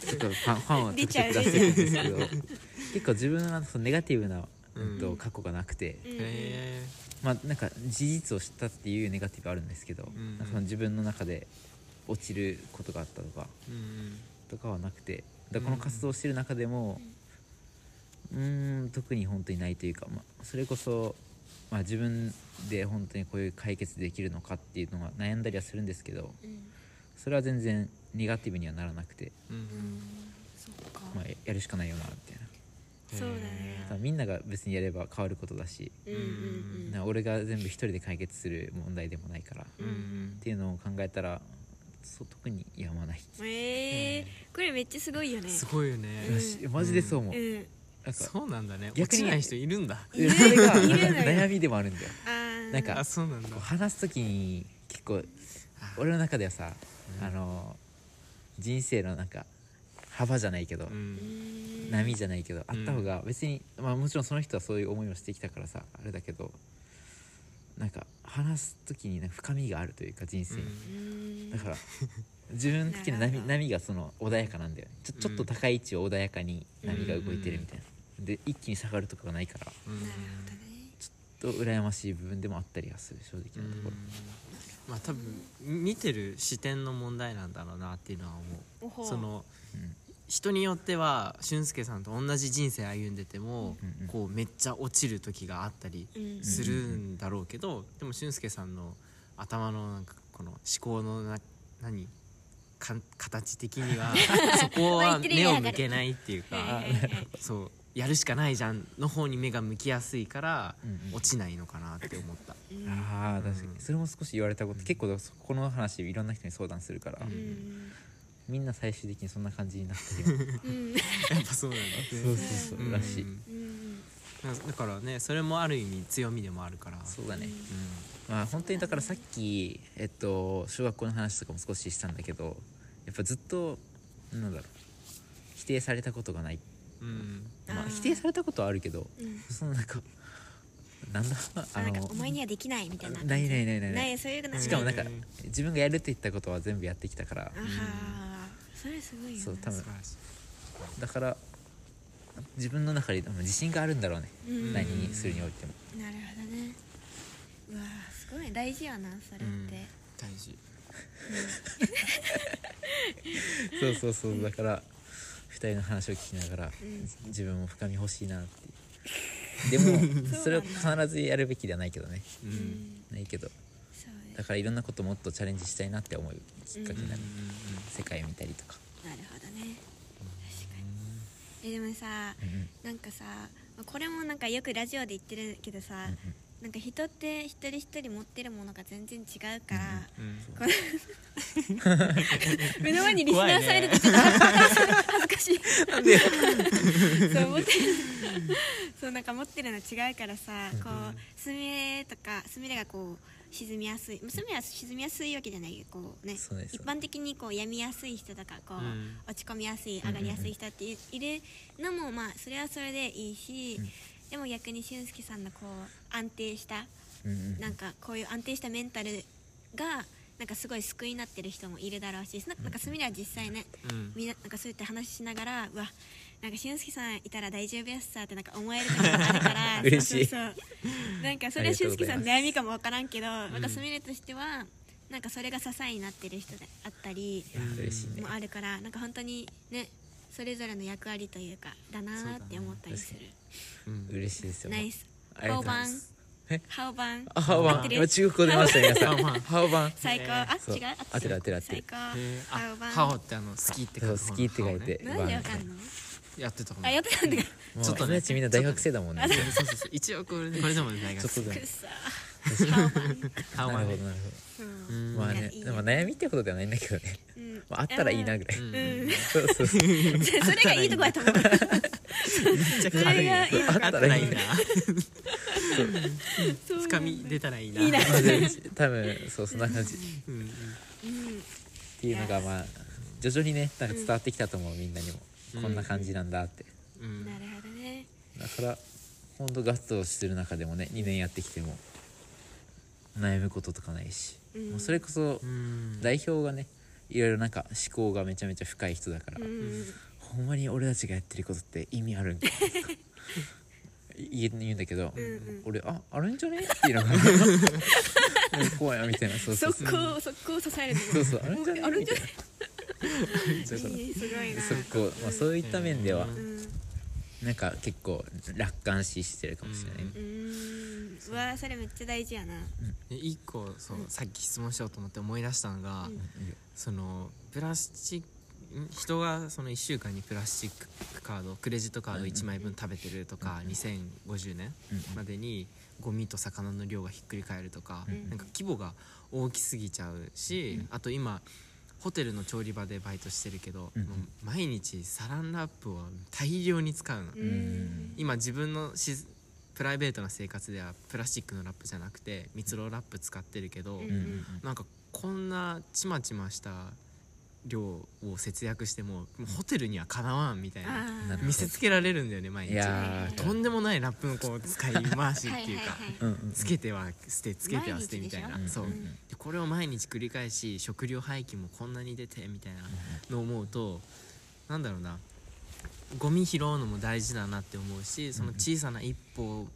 S3: ちょっとファンファンはちょっと出してるんですけど 結構自分のそのネガティブな、うんと、過去がなくて、
S2: うん
S1: へ
S3: まあなんか事実を知ったっていうネガティブあるんですけど、
S1: んうん
S3: なんかその自分の中で落ちることがあったとか
S1: えうん
S3: とかはなくてだからこの活動をしてる中でもうーん特に本当にないというか、まあ、それこそ、まあ、自分で本当にこういう解決できるのかっていうのが悩んだりはするんですけど
S2: うん
S3: それは全然ネガティブにはならなくて、
S1: うんう
S2: うんんそっか、
S3: まあ、やるしかないよなみたいな
S2: そうだ
S1: へ
S2: ね
S3: ただみんなが別にやれば変わることだし、
S2: うんうん
S3: な俺が全部一人で解決する問題でもないから、
S2: うんう
S1: うんん
S3: っていうのを考えたらそう特にやまない、
S2: えー、これめっちゃすごいよね
S1: すごいよね
S2: うん
S3: よしマジでそう思
S2: う
S3: う、
S2: ん
S3: なんか
S1: そうなんだね落
S3: 逆に
S1: ちない人いるんだ
S2: いる
S3: それが
S2: いるのよ
S3: 悩みでもあるんだよ
S2: あー
S3: なんか
S1: あそうなんだ
S3: 話す時に結構俺の中ではさ、あの人生のなんか幅じゃないけど、
S1: うん
S2: うん
S3: 波じゃないけどあった方が別に、まあ、もちろんその人はそういう思いをしてきたからさあれだけどなんか話す時になんか深みがあるというか人生に、
S2: う
S1: うん
S3: だから自分的な波
S2: なるほど
S3: 波がその穏やかなんだよねちょちょっと高い位置を穏やかに波が動いてるみたいな、で一気に下がるとかがないからち
S1: ん
S2: なるほどね
S3: ょっと羨ましい部分でもあったりはする正直なところ、
S1: まあ多分見てる視点の問題なんだろうなっていうのは
S2: お
S1: 思
S2: ほ
S1: うその
S3: うん
S1: 人によっては俊介さんと同じ人生歩んでても、
S3: うんうん
S1: こうめっちゃ落ちる時があったり
S2: うん
S1: するんだろうけど、でも俊介さんの頭のなんかこの思考のな何か形的にはそこは目を向けないっていうか
S2: はいはいはい
S1: そうやるしかないじゃんの方に目が向きやすいから、
S3: うんうん
S1: 落ちないのかなって思った。
S2: うん
S3: ああ確かに
S1: うん
S3: それも少し言われたこと、結構そこの話いろんな人に相談するから、
S1: うん
S2: うん
S3: みんな最終的にそんな感じになってるよ
S2: うん
S1: やっぱそうなんだ
S3: そうそうそう、
S1: うん
S3: らしい
S2: うん
S1: だだからねそれもある意味強みでもあるから
S3: そうだね、
S1: う
S3: まあ本当にだからさっきえっと小学校の話とかも少ししたんだけどやっぱずっとなんだろう否定されたことがない、
S1: んうん
S3: ま
S2: あ
S3: あ、
S2: ー
S3: 否定されたことはあるけど
S2: うん
S3: そのなんかなんだあ
S2: なんか
S3: の
S2: お前にはできないみたいな
S3: ないないないないな
S2: ないいそういうの
S1: い
S3: しかもなんか
S1: うん
S3: 自分がやるって言ったことは全部やってきたから
S2: あはそれすごいよね
S3: そう多分
S1: 素晴らしい
S3: だから自分の中で多分自信があるんだろうね
S2: うん
S3: 何にするにおいても
S2: なるほどねうわーすごい大事やなそれって、
S1: うん大事
S3: そうそうそうだから2人の話を聞きながら
S2: ん
S3: 自分も深み欲しいなってい うでも
S2: だ
S3: それを必ずやるべきではないけどね
S1: う
S2: うんん
S3: ないけど
S2: そう
S3: だ
S2: です
S3: からいろんなこともっとチャレンジしたいなって思うきっかけになる、
S1: う
S3: 世界を見たりとか、
S2: なるほどね確かにえでもさ
S3: うんうん
S2: なんかさこれもなんかよくラジオで言ってるけどさ、
S3: うん
S2: なんか人って一人一人持ってるものが全然違うから、
S1: んうん
S2: この目の前にリスナーさんいるとちょっと恥ずかしいそう思ってそうなんか持ってるの違うからさこうスミレとかスミレがこう沈みやすいまあスミレは沈みやすいわけじゃないけどこうね
S3: そうです
S2: 一般的にこう病みやすい人とかこう、
S1: うん
S2: 落ち込みやすい上がりやすい人っていいるのもまあそれはそれでいいし、でも逆に俊介さんのこう安定した
S3: うんうん
S2: なんかこういう安定したメンタルがなんかすごい救いになってる人もいるだろうしなんかなんかスミレは実際ね
S1: うん
S2: みんななんかそうやって話しながらうわなんか俊介さんいたら大丈夫やすさってなんか思える時もあるから
S3: 嬉しい
S2: そうそうそうなんかそれは俊介さんの悩みかもわからんけどなんかスミレとしてはなんかそれが支えになってる人であったり
S3: いや嬉しいね
S2: もあるからなんか本当にねそれぞれの役割というかだなーって思ったりする、
S1: うん
S3: 嬉しいですよ
S2: ナイス
S3: ありがとうございますえ
S2: ハオバン
S3: あハオバ
S2: 合って
S3: ン
S2: る
S3: 今中国語出ました皆さ
S1: ハ
S3: ん
S1: オバン
S3: ハオバン
S2: 最高あ
S3: そう
S2: 違う
S3: 合ってる合ってる合ってる
S2: 最高
S1: えー
S2: ハオバ
S1: あ
S2: ン
S1: ハオってあの好きって書く
S3: そう
S1: 方の
S3: 好きって書いて
S1: ハ
S2: なんでわかんの
S1: オねやってたかも
S2: あやってたんだか
S1: ち
S3: ち
S1: ょ
S3: ょ
S1: っ
S3: っ
S1: とね
S3: とねみんな大学生だもんね
S1: そうそうそう一応これこれでも大
S3: ち
S1: 学
S3: ょ
S1: 生
S3: っとだ
S2: くっ
S3: ね
S2: さ
S1: ハ
S2: ハオバン
S1: オ
S3: な
S1: は
S3: るほど
S1: ね
S3: なる
S2: う
S1: うん
S3: ほ
S1: ん
S3: どまあね
S2: いや
S3: でも悩みってことではないんだけどね
S2: うん
S3: まああったらいいなぐらい
S1: うん
S2: うん
S3: そうそうそう
S2: それがいいとこやと思う
S1: めっちゃ
S2: それ
S1: 軽いね
S2: がいい
S3: あ
S2: とこ
S3: っ
S1: あ
S3: た
S1: った
S3: ら
S1: ら
S3: い
S1: い
S3: い
S1: い
S3: な
S1: な
S2: そう
S1: 深み出たらいいない
S2: いな
S3: まあで多分そうそんな感じっ
S1: うんうん
S2: うん
S3: ていうのがまあ徐々にねなんか伝わってきたと思うみんなにも
S1: うん
S3: こんな感じなんだって
S1: うん
S2: なるほどね
S3: だからほんとガッツをしてる中でもね2年やってきても悩むこととかないし、
S2: うん
S3: もうそれこそ
S1: うん
S3: 代表がねいろいろなんか思考がめちゃめちゃ深い人だから、
S2: うん
S3: ほんまに俺たちがやってることって意味あるんか言う言うんだけど、
S2: うんうん
S3: 俺ああるんじゃねっていうのがうんこうやみたいなそうそう
S2: 速
S3: そう
S2: 攻速攻支える
S3: そうそうあるんじ
S2: の
S3: ゃね
S2: もうあるんじゃ
S3: み
S2: な
S3: た
S2: い
S3: いなそうそう
S2: いいすごいな
S3: そこ、まあ、そういった面では
S2: うん
S3: なんか結構楽観視してるかもしれない、
S1: うん
S2: うんうわそれめっちゃ大事やな
S1: で一個そうさっき質問しようと思って思い出したのが、
S2: うん
S1: そのプラスチックん人がその1週間にプラスチックカードクレジットカード1枚分食べてるとか、2050年
S3: うん
S1: までにゴミと魚の量がひっくり返るとか、
S2: うん
S1: なんか規模が大きすぎちゃうし、あと今ホテルの調理場でバイトしてるけど、
S3: うん
S1: もう毎日サランラップを大量に使うの、
S2: うん
S1: 今自分のしプライベートな生活ではプラスチックのラップじゃなくて蜜ろうラップ使ってるけど、
S2: うん
S3: うんうん
S1: なんかこんなちまちました量を節約してももうホテルにはかなわんみたい
S2: あ
S1: な
S3: なる
S2: ー
S3: ほど
S1: 見せつけられるんだよね毎
S3: い
S1: 日
S3: やー
S1: とんでもないラップのこう使い回しっ
S2: はい
S1: て
S2: はい
S1: いう
S2: は
S1: か
S2: い
S3: うんうん
S1: つけては捨てつけては捨てみたいな
S2: 毎日
S3: でしょ
S1: そう
S3: うんうん
S1: でこれを毎日繰り返し食料廃棄もこんなに出てみたいなのを思うとなんだろうなゴミ拾うのも大事だなって思うしその小さな一歩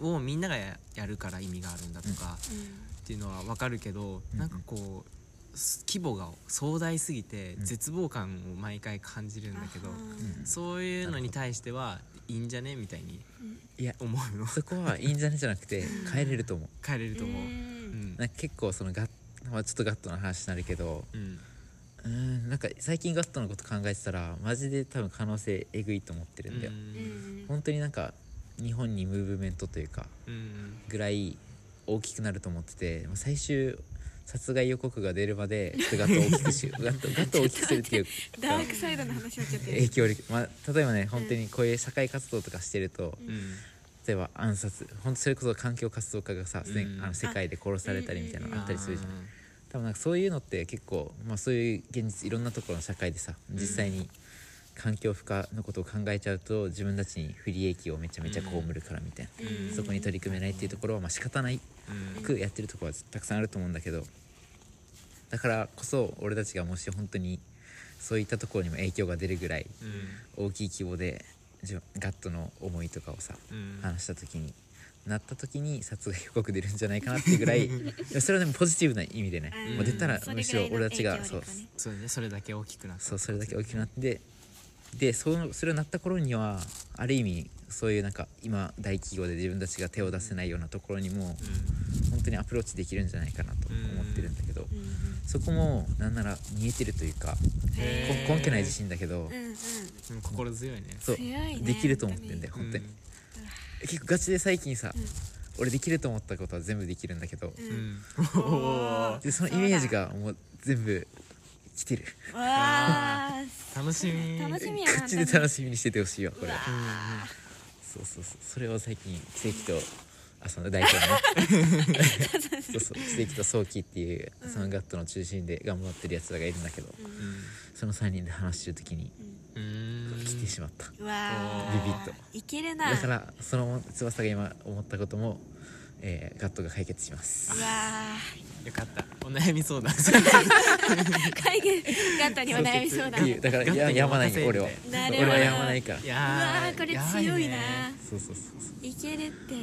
S1: をみんながややるから意味があるんだとかっていうのは分かるけど
S3: うん
S1: なんかこうす規模が壮大すぎて
S3: ん
S1: 絶望感を毎回感じるんだけど
S2: あはー
S3: うん
S1: そういうのに対してはいいんじゃねみたいに
S3: いや
S1: 思うの
S3: そこはいいんじゃねじゃなくて帰れると思う
S1: 帰れると思う。う
S2: うん
S1: ん
S3: なんか結構そのガッ、まあ、ちょっとガットの話になるけど
S1: うん
S3: うーんなんか最近ガットのこと考えてたらマジで多分可能性えぐいと思ってるんだよ、
S2: うんうん
S3: 本当になんか日本にムーブメントというか
S1: うん
S3: ぐらい大きくなると思っててまあ最終殺害予告が出るまでちょっとガットを大きくしガットガットを大きくするっていう
S2: ダークサイドの話になっちゃってる
S3: 影響力、まあ、例えばね本当にこういう社会活動とかしてると、
S1: うん
S3: 例えば暗殺本当それこそ環境活動家がさ、せん
S1: うん
S3: あの世界で殺されたりみたいなのあったりするじゃない、
S1: あ
S3: 多分なんかそういうのって結構、まあ、そういう現実いろんなところの社会でさ実際に環境負荷のことを考えちゃうと自分たちに不利益をめちゃめちゃ被るからみたいな、
S2: うん
S3: そこに取り組めないっていうところはまあ仕方ない
S1: ーうん
S3: くやってるところはたくさんあると思うんだけどだからこそ俺たちがもし本当にそういったところにも影響が出るぐらい大きい規模で自分ガットの思いとかをさ
S1: うん
S3: 話した時になった時に殺害予告出るんじゃないかなっていうぐら いいやそれはでもポジティブな意味でね、
S2: うん
S3: もう出たら
S2: それ
S3: む
S2: ぐ
S3: し
S2: ら
S3: ろ
S2: いの
S3: 俺たちが
S2: 影響
S3: そう
S2: 力ね
S1: そうねそれだけ大きくなった
S3: そうそれだけ大きくなってでそうそれをなった頃にはある意味そういうなんか今大企業で自分たちが手を出せないようなところにも本当にアプローチできるんじゃないかなと思ってるんだけど、
S2: うんうん
S3: そこもなんなら見えてるというか、
S1: へー
S3: こ根拠ない自信だけ
S2: うん
S3: ど、
S2: うん
S1: うんうん心強いね
S3: そう
S2: 強いね
S3: できると思ってんだよ本当に、結構ガチで最近さ、
S2: うん
S3: 俺できると思ったことは全部できるんだけど、
S2: うん
S1: う
S2: うん
S1: ん
S2: おー
S3: でそのイメージがもう全部来てる
S2: そうだわー
S1: 楽しみ
S2: 楽しみやな
S3: 口で楽しみにしててほしいわこれ
S2: うわ
S1: うん
S3: そうそうそうそれを最近奇跡とあその大 体ねそうそう奇跡と早期っていうそのガットの中心で頑張ってるやつらがいるんだけど、その3人で話してる時に
S1: うんうん
S3: 来てしまった、
S2: うわー
S3: ビビッと
S2: いけるな
S3: だからその翼が今思ったことも、えーガットが解決します
S2: うわ
S1: よかったお悩み相談
S2: ー会議ガットにお悩み相
S3: っ
S2: 談
S3: ていうだから
S1: ガット
S3: や
S1: に
S3: やまないよ
S1: 任せ
S3: 俺
S1: る
S3: は
S1: みた
S2: なるほ
S3: 俺
S2: ど
S3: はやまないから
S1: い
S2: ーうわ
S1: や
S2: ーこれ強いな
S3: そうそうそうそう
S2: いけるって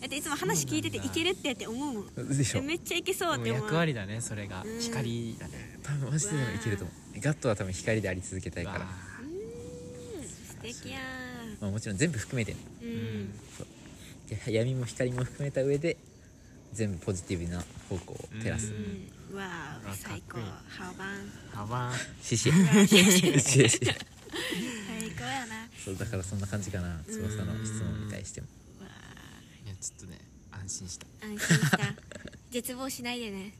S2: だっていつも話聞いてていけるってって思うもん
S3: でしょ
S2: えめっちゃいけそう
S1: で
S2: っ
S1: も
S2: て思う
S1: 役割だねそれが
S2: うん
S1: 光だね
S3: 多分マジででもいけると思うガットは多分光であり続けたいから
S1: わ
S2: うん素敵や
S3: まあ、もちろん全部含めて
S2: ー
S1: ー
S2: うん
S3: や闇も光も含めた上で全部ポジティブな方向を照らす
S1: う
S2: うんんわ
S1: わ
S2: あ最高
S1: かっこいい
S2: ハバン
S1: アバン
S3: 獅子獅子
S2: 最高やな
S3: そうだからそんな感じかな翼の質問に対しても
S2: わ
S1: いやちょっとね安心した
S2: あ安心した 絶望しないでね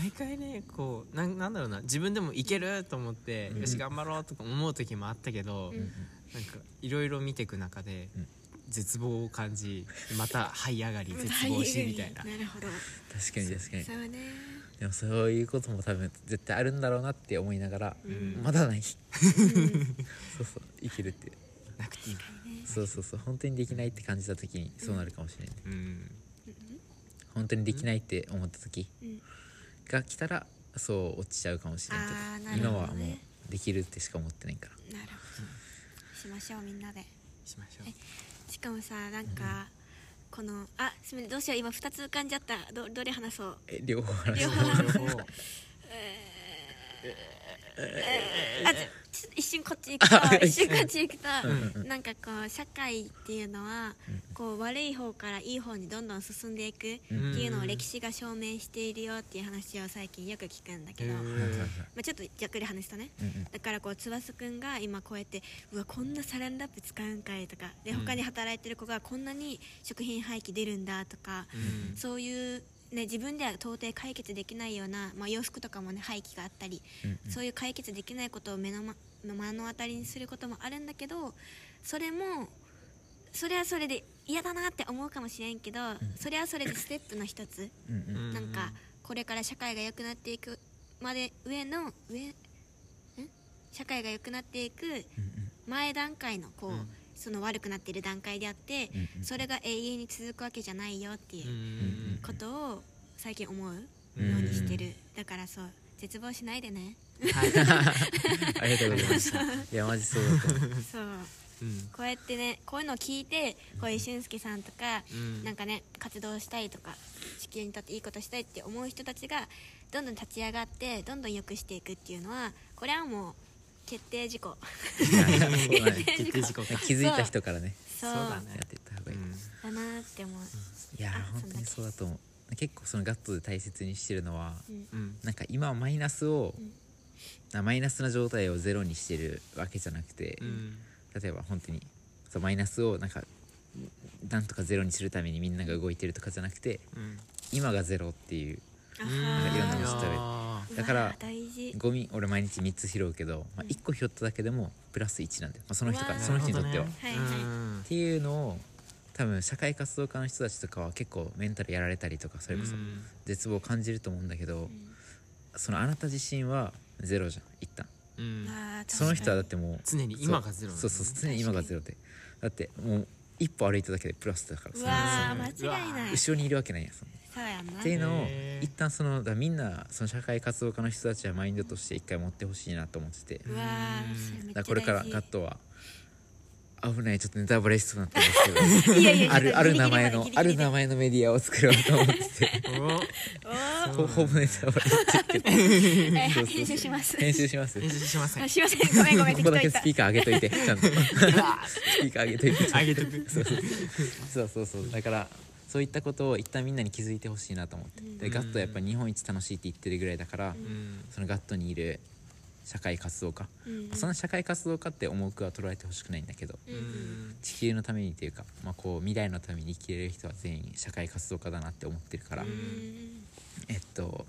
S1: 毎回ねこうなんなんだろうな自分でもいけると思って、
S3: うん
S1: よし頑張ろうとか思う時もあったけど、
S2: うん
S1: なんかいろいろ見ていく中で、
S3: うん
S1: 絶望を感じまた這い上がり絶望しみたいな
S2: なるほど
S3: 確かに確かに
S2: そうね
S3: でもそういうことも多分絶対あるんだろうなって思いながら、
S2: うん
S3: まだないそうそう生きるって
S1: なくていい、
S3: そうそうそう本当にできないって感じた時にそうなるかもしれない、
S1: うん、
S3: 本当にできないって思った時
S2: うん
S3: が来たらそう落ちちゃうかもしれない
S2: あーな
S3: け
S2: る
S3: ど
S2: ほ
S3: 今
S2: どね
S3: はもうできるってしか思ってないから
S2: なるほどしましょうみんなで
S1: しましょう
S2: しかもさなんか、このあすみませんどうしよう今2つ浮かんじゃったどどれ話そう
S3: え両方話
S2: 両
S3: し
S2: 方
S1: 両方
S2: あちょちょ一瞬こっち行くと一瞬こっち行くと、
S3: う
S2: なんかこう社会っていうのは、こう悪い方からいい方にどんどん進んでいくって
S3: ん
S2: いうのを歴史が証明しているよっていう話を最近よく聞くんだけど、
S1: へ
S2: ま
S1: ー
S2: あ、ちょっとざっくり話したね
S3: うんうん
S2: だからこう翼くんが今こうやってうわこんなサランラップ使うんかいとかで他に働いてる子がこんなに食品廃棄出るんだとか、
S1: うん
S2: そういう、ね、自分では到底解決できないような、まあ、洋服とかも、ね、廃棄があったり、
S3: うん
S2: そういう解決できないことを目の,、ま、目の当たりにすることもあるんだけどそれもそれはそれで嫌だなって思うかもしれんけど、それはそれでステップの一つ、
S3: うんうん
S1: うん
S2: なんかこれから社会が良くなっていくまで上の上ん社会が良くなっていく前段階のこう、
S1: うん
S2: その悪くなっている段階であって、
S3: うんうん
S2: それが永遠に続くわけじゃないよっていうう
S1: うん
S2: ことを最近思うよ
S1: う
S2: うに
S1: ん
S2: してる、だからそう絶望しないでね
S1: はい
S3: ありがとうございましたいやマジそうだと思う
S2: そ
S1: う
S2: う
S1: ん
S2: こうやってねこういうのを聞いてこういう俊介さんとか、
S1: うん
S2: なんかね活動したいとか地球にとっていいことしたいって思う人たちがどんどん立ち上がってどんどん良くしていくっていうのはこれはもう決定事項
S3: いやそう
S1: 決定事項か
S3: だね気づいた人からね
S2: そう
S1: そうだね
S3: やっていった方
S1: う
S3: がいい、
S1: ん
S2: だなーって思う、
S3: いや
S2: あ
S3: ー本当にそうだと思う結構そのガットで大切にしてるのは、
S2: うん
S1: うん
S3: なんか今はマイナスを
S2: うん、
S3: なマイナスな状態をゼロにしてるわけじゃなくて、
S1: うん
S3: 例えば本当にそうマイナスをなんかなんとかゼロにするためにみんなが動いてるとかじゃなくて
S1: うん
S3: 今がゼロっていう
S2: あ
S3: なんかいろんな
S2: は
S3: の知っ
S2: ー
S3: てるだから
S2: うわー大事
S3: ゴミ俺毎日3つ拾うけど、まあ、
S2: うん
S3: 1個拾っただけでもプラス1なんだよ、まあ、その
S2: う
S3: 人が
S2: わー
S3: その人にとって
S1: な
S3: は。
S1: る
S3: っ
S1: ほどね
S2: はいはい
S1: うん
S3: ていうのを多分社会活動家の人たちとかは結構メンタルやられたりとかそれこそ
S1: うん
S3: 絶望を感じると思うんだけど、
S2: ん
S3: そのあなた自身はゼロじゃん一旦
S1: うん
S2: あー
S3: その人はだっ
S2: 確
S3: てもう
S1: 常に今がゼロなんだね
S3: そうそうそう常に今がゼロでだってもう一歩歩いただけでプラスだか
S2: からにうわ
S1: そう
S2: ー間違いない
S3: 後ろにいるわけないやんその
S2: そうやんな
S3: っていうのを
S1: へー
S3: 一旦そのだからみんなその社会活動家の人たちはマインドとして一回持ってほしいなと思っててだ
S2: う
S3: か
S2: わーそれめっちゃ
S3: ら
S2: 大事
S3: これからガットは危ないちょっとネタバレしそうになったんですけど
S2: いやいやいや
S3: あるある名前の
S2: ギリギリま
S3: あ
S2: で
S3: る名前のメディアを作ろうと思ってて
S2: おー
S3: ほぼほぼネタバレしちゃうけど
S2: え
S3: そうそう
S2: ー編集します
S3: 編集します
S1: 練習しません
S2: あすいませんごめんごめん
S3: こ
S2: 適
S3: こ
S2: 当
S3: だ
S2: 言
S3: け
S2: っ
S3: ス
S2: た
S3: ピーカー上げといてちゃんとスピーカー上げといて
S1: あげとく
S3: そうそうそうそうそうだからそういったことを一旦みんなに気づいてほしいなと思って、
S2: うん
S3: でガットはやっぱ日本一楽しいって言ってるぐらいだから、
S1: うん
S3: そのガットにいる社会活動家、
S2: うん
S3: その社会活動家って重くは捉えてほしくないんだけど、
S2: うん
S1: う
S2: うん
S1: ん
S3: 地球のためにというか、まあ、こう未来のために生きれる人は全員社会活動家だなって思ってるから、
S1: うん
S3: えっと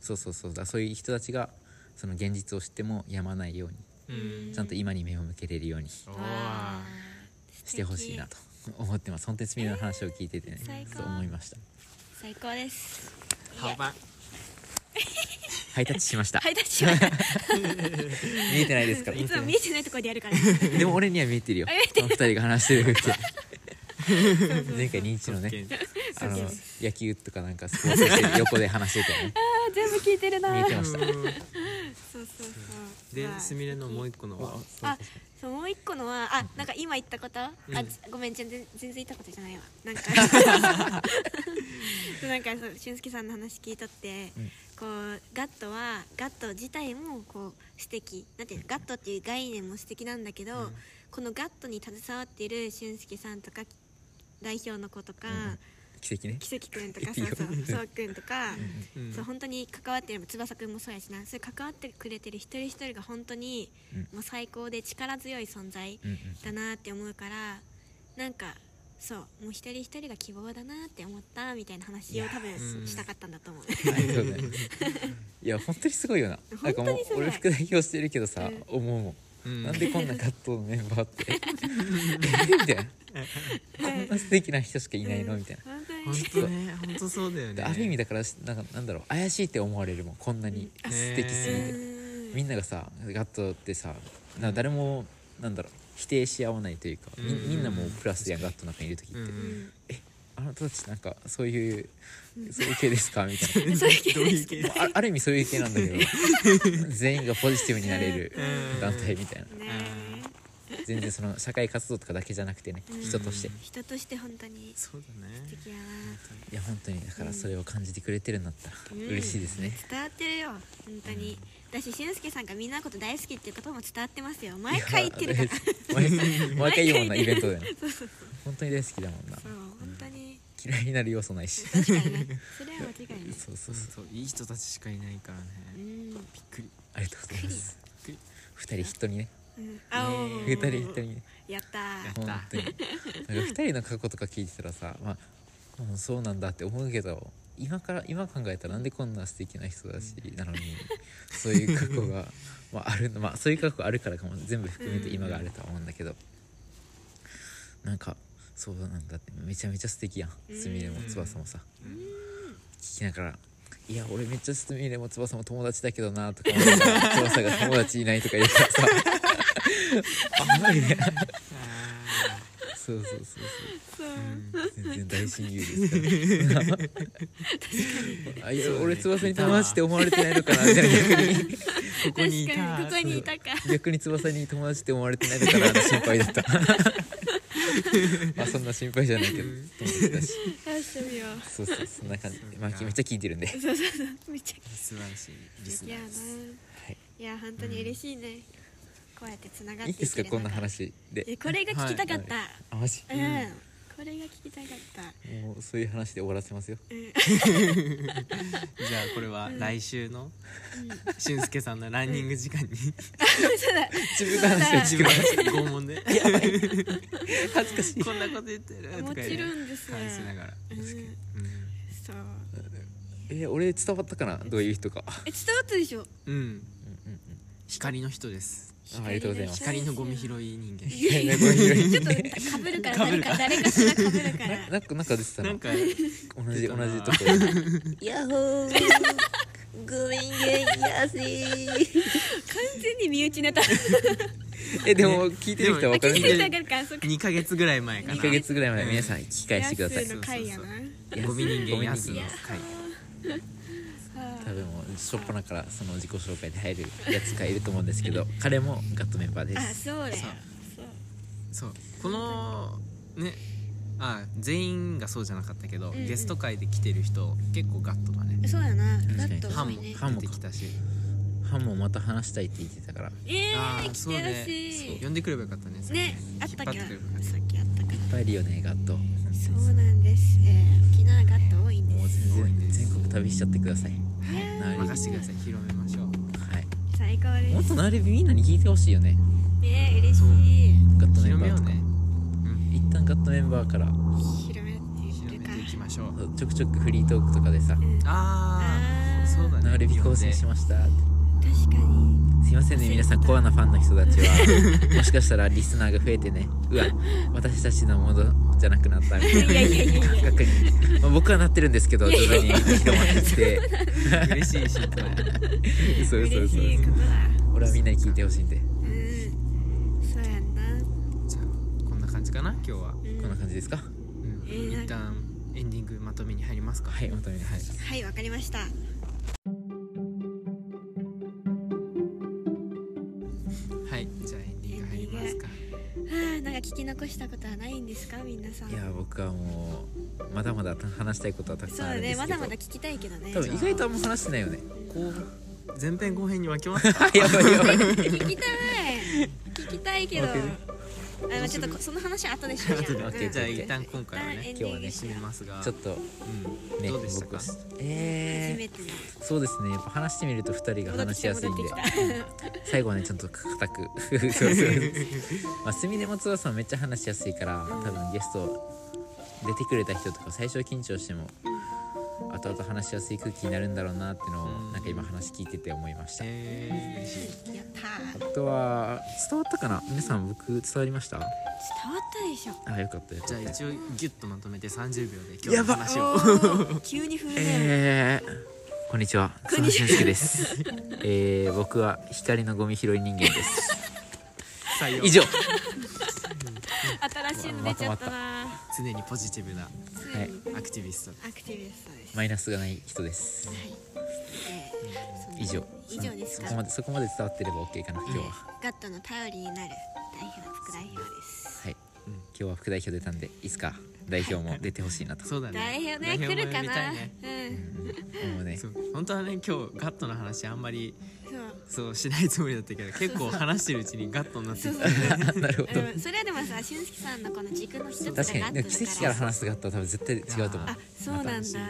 S3: そうそうそうだそういう人たちがその現実を知ってもやまないように
S1: うん
S3: ちゃんと今に目を向けれるようにし
S1: お
S2: うわ
S1: ー
S2: ー
S3: てほしいなと思ってます本当にスミの話を聞いててね、
S2: 最高
S3: そう思いました
S2: 素敵最高です
S1: ハバン
S3: ハイタッチしました、
S2: ハイタッチしました
S3: 見えてない ですから
S2: いつも見えてないところでやる から
S3: でも俺には見えてるよ
S2: あ見えて
S3: この二人が話し てる風景前回認知のねあの
S2: そう
S3: 野球とかなんかスポーツしてる横で話してたよね
S2: 全部聞いてるな
S3: 見えてました
S2: そうそうそう
S1: で
S2: わあ
S1: すみれのもう一個のは
S2: あそうもう一個のはあなんか今言ったこと、あちごめん全然全然言ったことじゃないわなんか そうなんかそう俊介さんの話聞いとって、
S3: うん
S2: こうガットはガット自体もこう素敵なんていうのガットっていう概念も素敵なんだけ
S1: う
S2: ど、
S1: ん
S2: このガットに携わっている俊介さんとか代表の子とか、
S3: うん奇跡ね
S2: 奇跡くんとか
S3: いい
S2: さ
S3: よ
S2: そうそうくんとか、
S1: うん
S2: そう本当に関わってる翼くんもそうやしなそういう関わってくれてる一人一人が本当に
S3: うん
S2: もう最高で力強い存在
S3: うんうん
S2: だなって思うからなんかそうもう一人一人が希望だなって思ったみたいな話を多分
S1: うん
S2: したかったんだと思う
S3: ありがとうございますいや本当にすごいよななんかも
S2: 本当
S3: う
S2: にすごい
S3: 俺副代表してるけどさ、
S2: うん
S3: 思うもん
S1: うん
S3: なんでこんなカットのメンバーってえみたいなこんな素敵な人しかいないのみたいな
S2: 本
S1: 本
S2: 当
S1: 当ね本当そうだよね
S3: である意味だからなんかなんだろう怪しいって思われるもんこんなに
S1: うん
S3: 素敵すぎ
S1: ね
S3: て、
S2: に
S3: みんながさガットってさなんか誰もなんだろう否定し合わないというか、み
S1: うん
S3: みんなもうプラスやんガットの中にいる時って、
S1: うん
S3: あなたたちなんかそういうそういう系ですかみたいな
S2: そういう系
S1: どういう系
S3: もうああ る意味そういう系なんだ けど全員がポジティブになれる
S1: うん
S3: 団体みたいな
S2: ね
S3: 全然その社会活動とかだけじゃなくてね
S2: うん
S3: 人として
S1: うん
S2: 人として本当に素
S1: そうだね
S2: 敵やない
S3: や本当にだからそれを感じてくれてるんだったら
S2: うん
S3: 嬉しいですね
S2: 伝わってるよ本当にだし俊介さんがみんなのこと大好きっていうことも伝わってますよ毎回言ってるから
S3: 毎回毎回言うもんなイ
S2: 毎
S3: ベ
S2: 回
S3: ントで ね本当に大好きだもんな
S2: そう本当に
S3: 嫌いになる要素ないし
S2: 確かにねそれは間違いない
S3: そう
S1: そ
S3: そ
S1: うう
S3: そう
S1: そういい人たちしかいないからね
S2: うん
S1: びっくり
S3: ありがとうございます二人人にね
S2: うんあお
S1: ね
S3: 二
S1: え
S3: 人人にね
S2: やった
S1: やった
S3: 本当になんか2人の過去とか聞いてたらさまあもうそうなんだって思うけど今から今考えたらなんでこんな素敵な人だしなのにそういう過 去がまああるのまあそういう過去あるからかも全部含めて今があるとは思うんだけどなんかそうなんだってめちゃめちゃ素敵やん
S2: うん
S3: すみれも翼もさ
S1: うん
S3: 聞きながら「いや俺めっちゃすみれも翼も友達だけどな」とか思いながら翼が友達いないとか言うからさあんまりね
S1: あ
S3: そうそうそうそう
S2: そう
S1: ーうん
S3: 全然大親友です からあいや俺翼に友達って思われてないのかなみたい な逆に
S1: ここにい
S2: 確
S1: た
S2: かにここにいたか
S3: 逆に翼に友達って思われてないのかなって心配だった まあそんな心配じゃないけど友達だし
S2: 話してみよ
S3: そうそうそんな感じでまあめっちゃ聞いてるんで、は
S2: うそうそうそうめっちゃ
S1: 素晴らしいリス
S2: い
S1: ナ
S2: やな
S1: ーです
S3: い、
S2: いや本当に嬉しいねこうやってつながって
S3: いい
S2: い
S3: んですか
S2: け
S3: こ
S2: る
S3: ん
S2: の
S3: な
S2: が
S3: 話
S2: え
S3: で
S2: これが聞きたかっ
S1: は
S2: た
S3: あマジ
S2: うん
S1: うん
S2: これが聞きたかった
S3: もうそういう話で終わらせますよ
S2: うん
S1: じゃあこれは来週の俊介さんのランニング時間に
S3: 自分の話を
S1: 自
S3: 聞
S1: 分
S3: くの
S1: の拷問で
S3: 恥ずかしい
S1: こんなこと言ってると
S2: も
S1: か
S2: ちろ
S1: 言
S2: んです
S1: 話しながら
S2: うんそう
S3: え俺伝わったかなどういう人か
S2: え伝わったでしょ
S1: うんうん
S3: うんうん
S1: 光の人です
S3: あありがとうございます
S1: 光のゴミ拾い人間
S2: いやいや
S3: ごめんごめん
S2: ちょっとかぶるから誰か誰かしらかぶるから
S3: ななんかなんか出てた
S1: な
S3: なん
S1: か
S3: 同じ
S1: 出
S3: 同
S1: たな
S3: じところ
S2: ヤッホーごめんげんやせ完全に身内ネタ
S3: えでも聞いてる人は分かるん
S2: 聞い
S3: で
S2: てるだけかそっか
S1: 2ヶ月ぐらい前かな
S3: 2ヶ月ぐらいまで
S1: うん
S3: 皆さん聞き返してください
S2: ヤスの回やな
S1: ゴミ人間やすの
S3: ゴミ人
S1: 回
S3: 多分もう初っ端からその自己紹介で入るやつがいると思うんですけど彼もガットメンバーで
S2: あ
S3: す
S2: そうだよそう
S1: そうこのねあ全員がそうじゃなかったけど、
S2: んうん
S1: ゲスト会で来てる人結構ガットだね
S2: そうやな
S3: 確か
S2: だっ
S3: に
S2: と
S1: ハ
S2: 多
S1: ン
S2: いね
S1: も出てきたし
S3: ハンもまた話したいって言ってたからいっ
S2: え
S1: あ
S2: ー
S1: ー
S2: 来
S1: そう
S2: て
S1: ね
S2: ほし
S1: そう
S2: い
S1: 呼んでくればよかったねそれ
S2: ねあったか
S1: 引っ張ってくればよかった
S2: さっきあったか
S3: ぱいいるよねガットも
S2: そうなんです沖縄がっと多いんで
S3: う
S2: す
S3: 全然全国旅しちゃってくださいはいなる
S1: 任せてください広めましょう
S3: はい
S2: 最高
S3: も
S2: で
S3: っ
S2: す
S3: となるべみんなに聞いてほしいよね
S2: ね嬉しい
S3: ガットメ
S1: 広
S3: ンバ
S1: めよ
S3: ー
S1: う
S3: とか
S1: ねうん
S3: 一旦ガットメンバーから
S2: 広めて
S1: 広
S2: る
S1: め
S2: か
S1: ていきましょう
S3: ちょくちょくフリートークとかでさ
S2: うん
S1: ああ
S2: あー
S1: そうだね
S3: なるべ構成しましたって
S2: 確かに
S3: すいませんね皆さんコアなファンの人た ちはもしかしたらリスナーが増えてねうわ私たちのものじゃなくなったみたい
S2: いやいやいやい
S3: な
S2: や
S3: 感覚に、まあ、僕はなってるんですけど徐々に広 まってきて
S1: 嬉しいしこれ
S3: そうそう
S2: 嬉
S3: そう
S2: しいことだ
S3: 俺はみんなに聞いてほしいんで
S2: うんそうやんな
S1: じゃあこんな感じかな今日は、
S2: うん
S3: こんな感じですか
S1: うん
S2: えーなんか
S1: 一旦エンディングまとめに入りますか
S3: はいまとめはい
S2: はいわかりました
S1: はいじゃあエンディング入ります
S2: あなんか聞き残したことはないんですか皆さん
S3: いや僕はもうまだまだ話したいことはたく
S2: そ
S3: さ
S2: うん
S3: あ
S2: だ
S3: るんで
S2: ね
S3: す
S2: ま
S3: けど
S2: だまだ聞きたいけどね
S3: 多分意外とあんま話してない よね
S1: こう前編後編に分けますか
S3: やばいやばい
S2: 聞きたい聞きたいけど
S1: わかる
S2: あまあちょっとこその話は後でしようじゃん
S3: 後で
S2: うん
S1: じゃあ一旦今回は
S2: 一旦エ
S1: ね
S2: ンディングし
S1: 締
S2: よ
S1: め
S2: う
S1: ますが
S3: ちょっと
S1: うん
S3: ね
S1: どうでした
S3: 僕
S1: か
S3: え
S2: 初
S3: ー
S2: めての
S3: そうですねやっぱ話してみると2人が話しやすいんで
S2: 戻ってきた戻ってき
S3: 最後はねちょっと固く そうそうそうまあすみれもつばさんめっちゃ話しやすいから多分ゲスト出てくれた人とか最初は緊張しても後々話しやすい空気になるんだろうなってのを
S1: うん
S3: なんか今話聞いてて思いました
S1: えー嬉しい
S2: た やったー
S3: あとは伝わったかな皆さん僕伝わりました
S2: 伝わったでしょ
S3: あよかったよか
S1: じゃ
S3: っ
S1: あ
S3: た
S1: 一応ギュッとまとめて30秒で今日
S3: や
S1: の
S3: ば
S1: 話を
S2: おー急に振るね、
S3: えー、こんにちは須野俊介です、えー、僕は光のゴミ拾い人間です
S1: 採用
S3: 以上
S2: 新しいの出ちゃったな
S1: 常にポジティブな
S2: つい
S3: た
S2: に
S1: アクティビスト
S2: アクティビストです、
S3: マイナスがない人です
S2: えー
S3: 以上
S2: 以上です
S3: そ
S2: か
S3: こまでそこまで伝わってれば OK かな今日は、は
S2: ガットの頼りになる代表副代表です
S3: い、今日は副代表出たんでいつか代表も出てほしいなと
S1: そうだね
S2: 代表ね来る
S1: 代表も呼
S2: か
S1: び
S2: な
S1: たいね
S2: うん
S3: 思うね
S1: そう本当はね今日ガットの話あんまり
S2: そう
S1: そうしないつもりだった けど結構話してるうちにガットになって
S2: そう
S1: き
S2: そ
S1: た
S2: うそう
S3: あなるほど
S2: うんそれはでもさ俊介さんのこの軸の一つがガ
S3: 確か
S2: ッ
S3: に
S2: ト
S3: 奇跡から話すがあったら多分絶対違うと思う
S2: あそうなんだ
S1: 楽しいね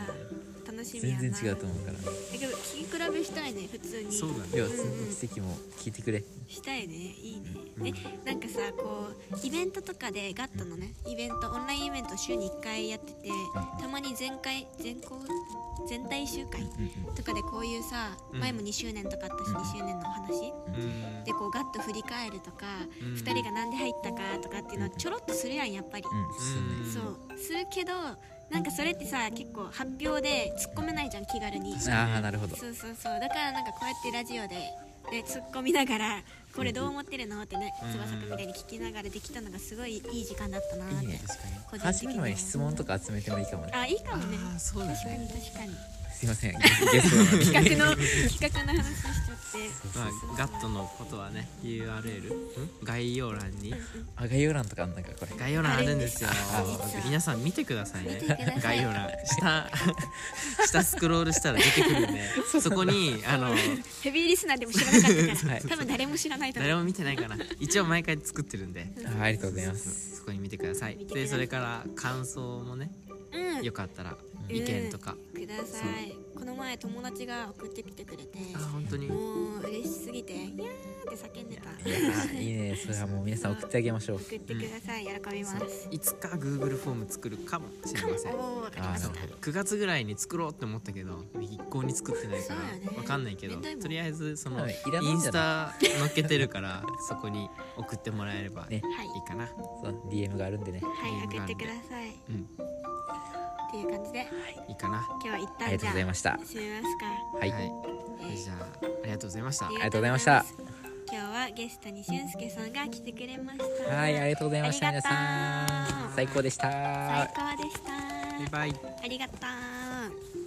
S2: 楽しみや
S3: 全
S2: な
S3: 然違うと思うからい
S2: だけど聞き比べしたいね普通に
S1: そうだね
S3: やその奇跡も聞いてくれ
S2: したいねいいねでなんかさこうイベントとかでガットのねイベントオンラインイベント週に1回やっててたまに全会全校全体集会とかでこういうさ
S1: うん
S2: 前も2周年とかあった
S3: うん
S2: し2周年のお話
S1: うん
S2: でこうガッと振り返るとか
S1: うん
S2: 2人が何で入ったかとかっていうのはちょろっとするやんやっぱり
S3: うんそうね
S1: ん
S2: そうするけどなんかそれってさ結構発表で突っ込めないじゃん気軽に
S3: ああなるほど
S2: そうそうそうだからなんかこうやってラジオでで突っ込みながらこれどう思ってるのってね
S1: うん
S2: 翼くんみたいに聞きながらできたのがすごいいい時間だったなって
S3: いいね
S1: 確かに
S2: 個人
S3: 始
S2: 的
S3: め
S2: に
S3: る
S2: は
S3: 前に質問とか集めてもいいかもね
S2: あいいかもね
S1: ああそうだ
S2: 確かに
S1: ね
S2: 確かに
S3: すいませんゲゲストなのに
S2: 企画の企画の話しちゃって
S1: まあガットのことはね URL ん概要欄に
S3: あ概要欄とかあんのかこれ
S1: 概要欄あるんですよ
S2: あるんですよ
S1: 皆さん見てくださいね
S2: 見てください
S1: 概要欄下 下スクロールしたら出てくる んでそこにあの
S2: ヘビーリスナーでも知らなかった か
S3: は
S2: ら
S3: い
S2: 多分誰も知らないと思
S1: 誰
S2: う
S1: も見てないかな一応毎回作ってるんで
S3: あありがとうございます
S1: そこに見てください
S2: 見てくだ
S1: で
S2: さ
S1: そ
S2: い
S1: れから感想もね
S2: うん
S1: よかったら意見とか
S2: くださいこの前友達が送ってきてくれて
S1: あ本当に
S2: もう嬉しすぎて「いやー」って叫んでた
S3: いやーいいねそれはもう皆さん送ってあげましょう
S2: 送ってください喜びます
S1: いつか Google フォーム作るかもしれません
S2: おおわかりました
S3: あーなるほど
S1: 9月ぐらいに作ろうって思ったけど一向に作ってないか
S2: そうだ
S1: ら
S2: ね
S1: わかんないけど
S2: 面倒いもん
S1: とりあえずその
S3: はいいらな
S1: イ
S3: いん
S1: ン
S3: じゃ
S1: ス
S3: な
S1: タ載っけてるからそこに送ってもらえればい
S3: ね
S1: い
S2: はい
S1: かな
S3: そう DM があるんでね
S2: はい、送ってください。っ
S1: うん
S2: ていう感じで、
S1: いいかな
S2: 今日は一
S3: あ
S2: 旦
S3: りが
S2: じ
S3: と
S2: ゃ
S3: う
S2: あ、
S3: ございました
S2: 締めますか。
S3: はい、
S2: えー
S1: じゃあありがとうございました
S3: りがとうございました
S2: ありがとうございます今日はゲストに俊介さんが来てくれました。
S3: はいありがとうございました
S2: あり
S3: 皆
S2: がとう
S3: さん最高でした
S2: 最高でした。
S1: バイバイ
S2: ありがとう。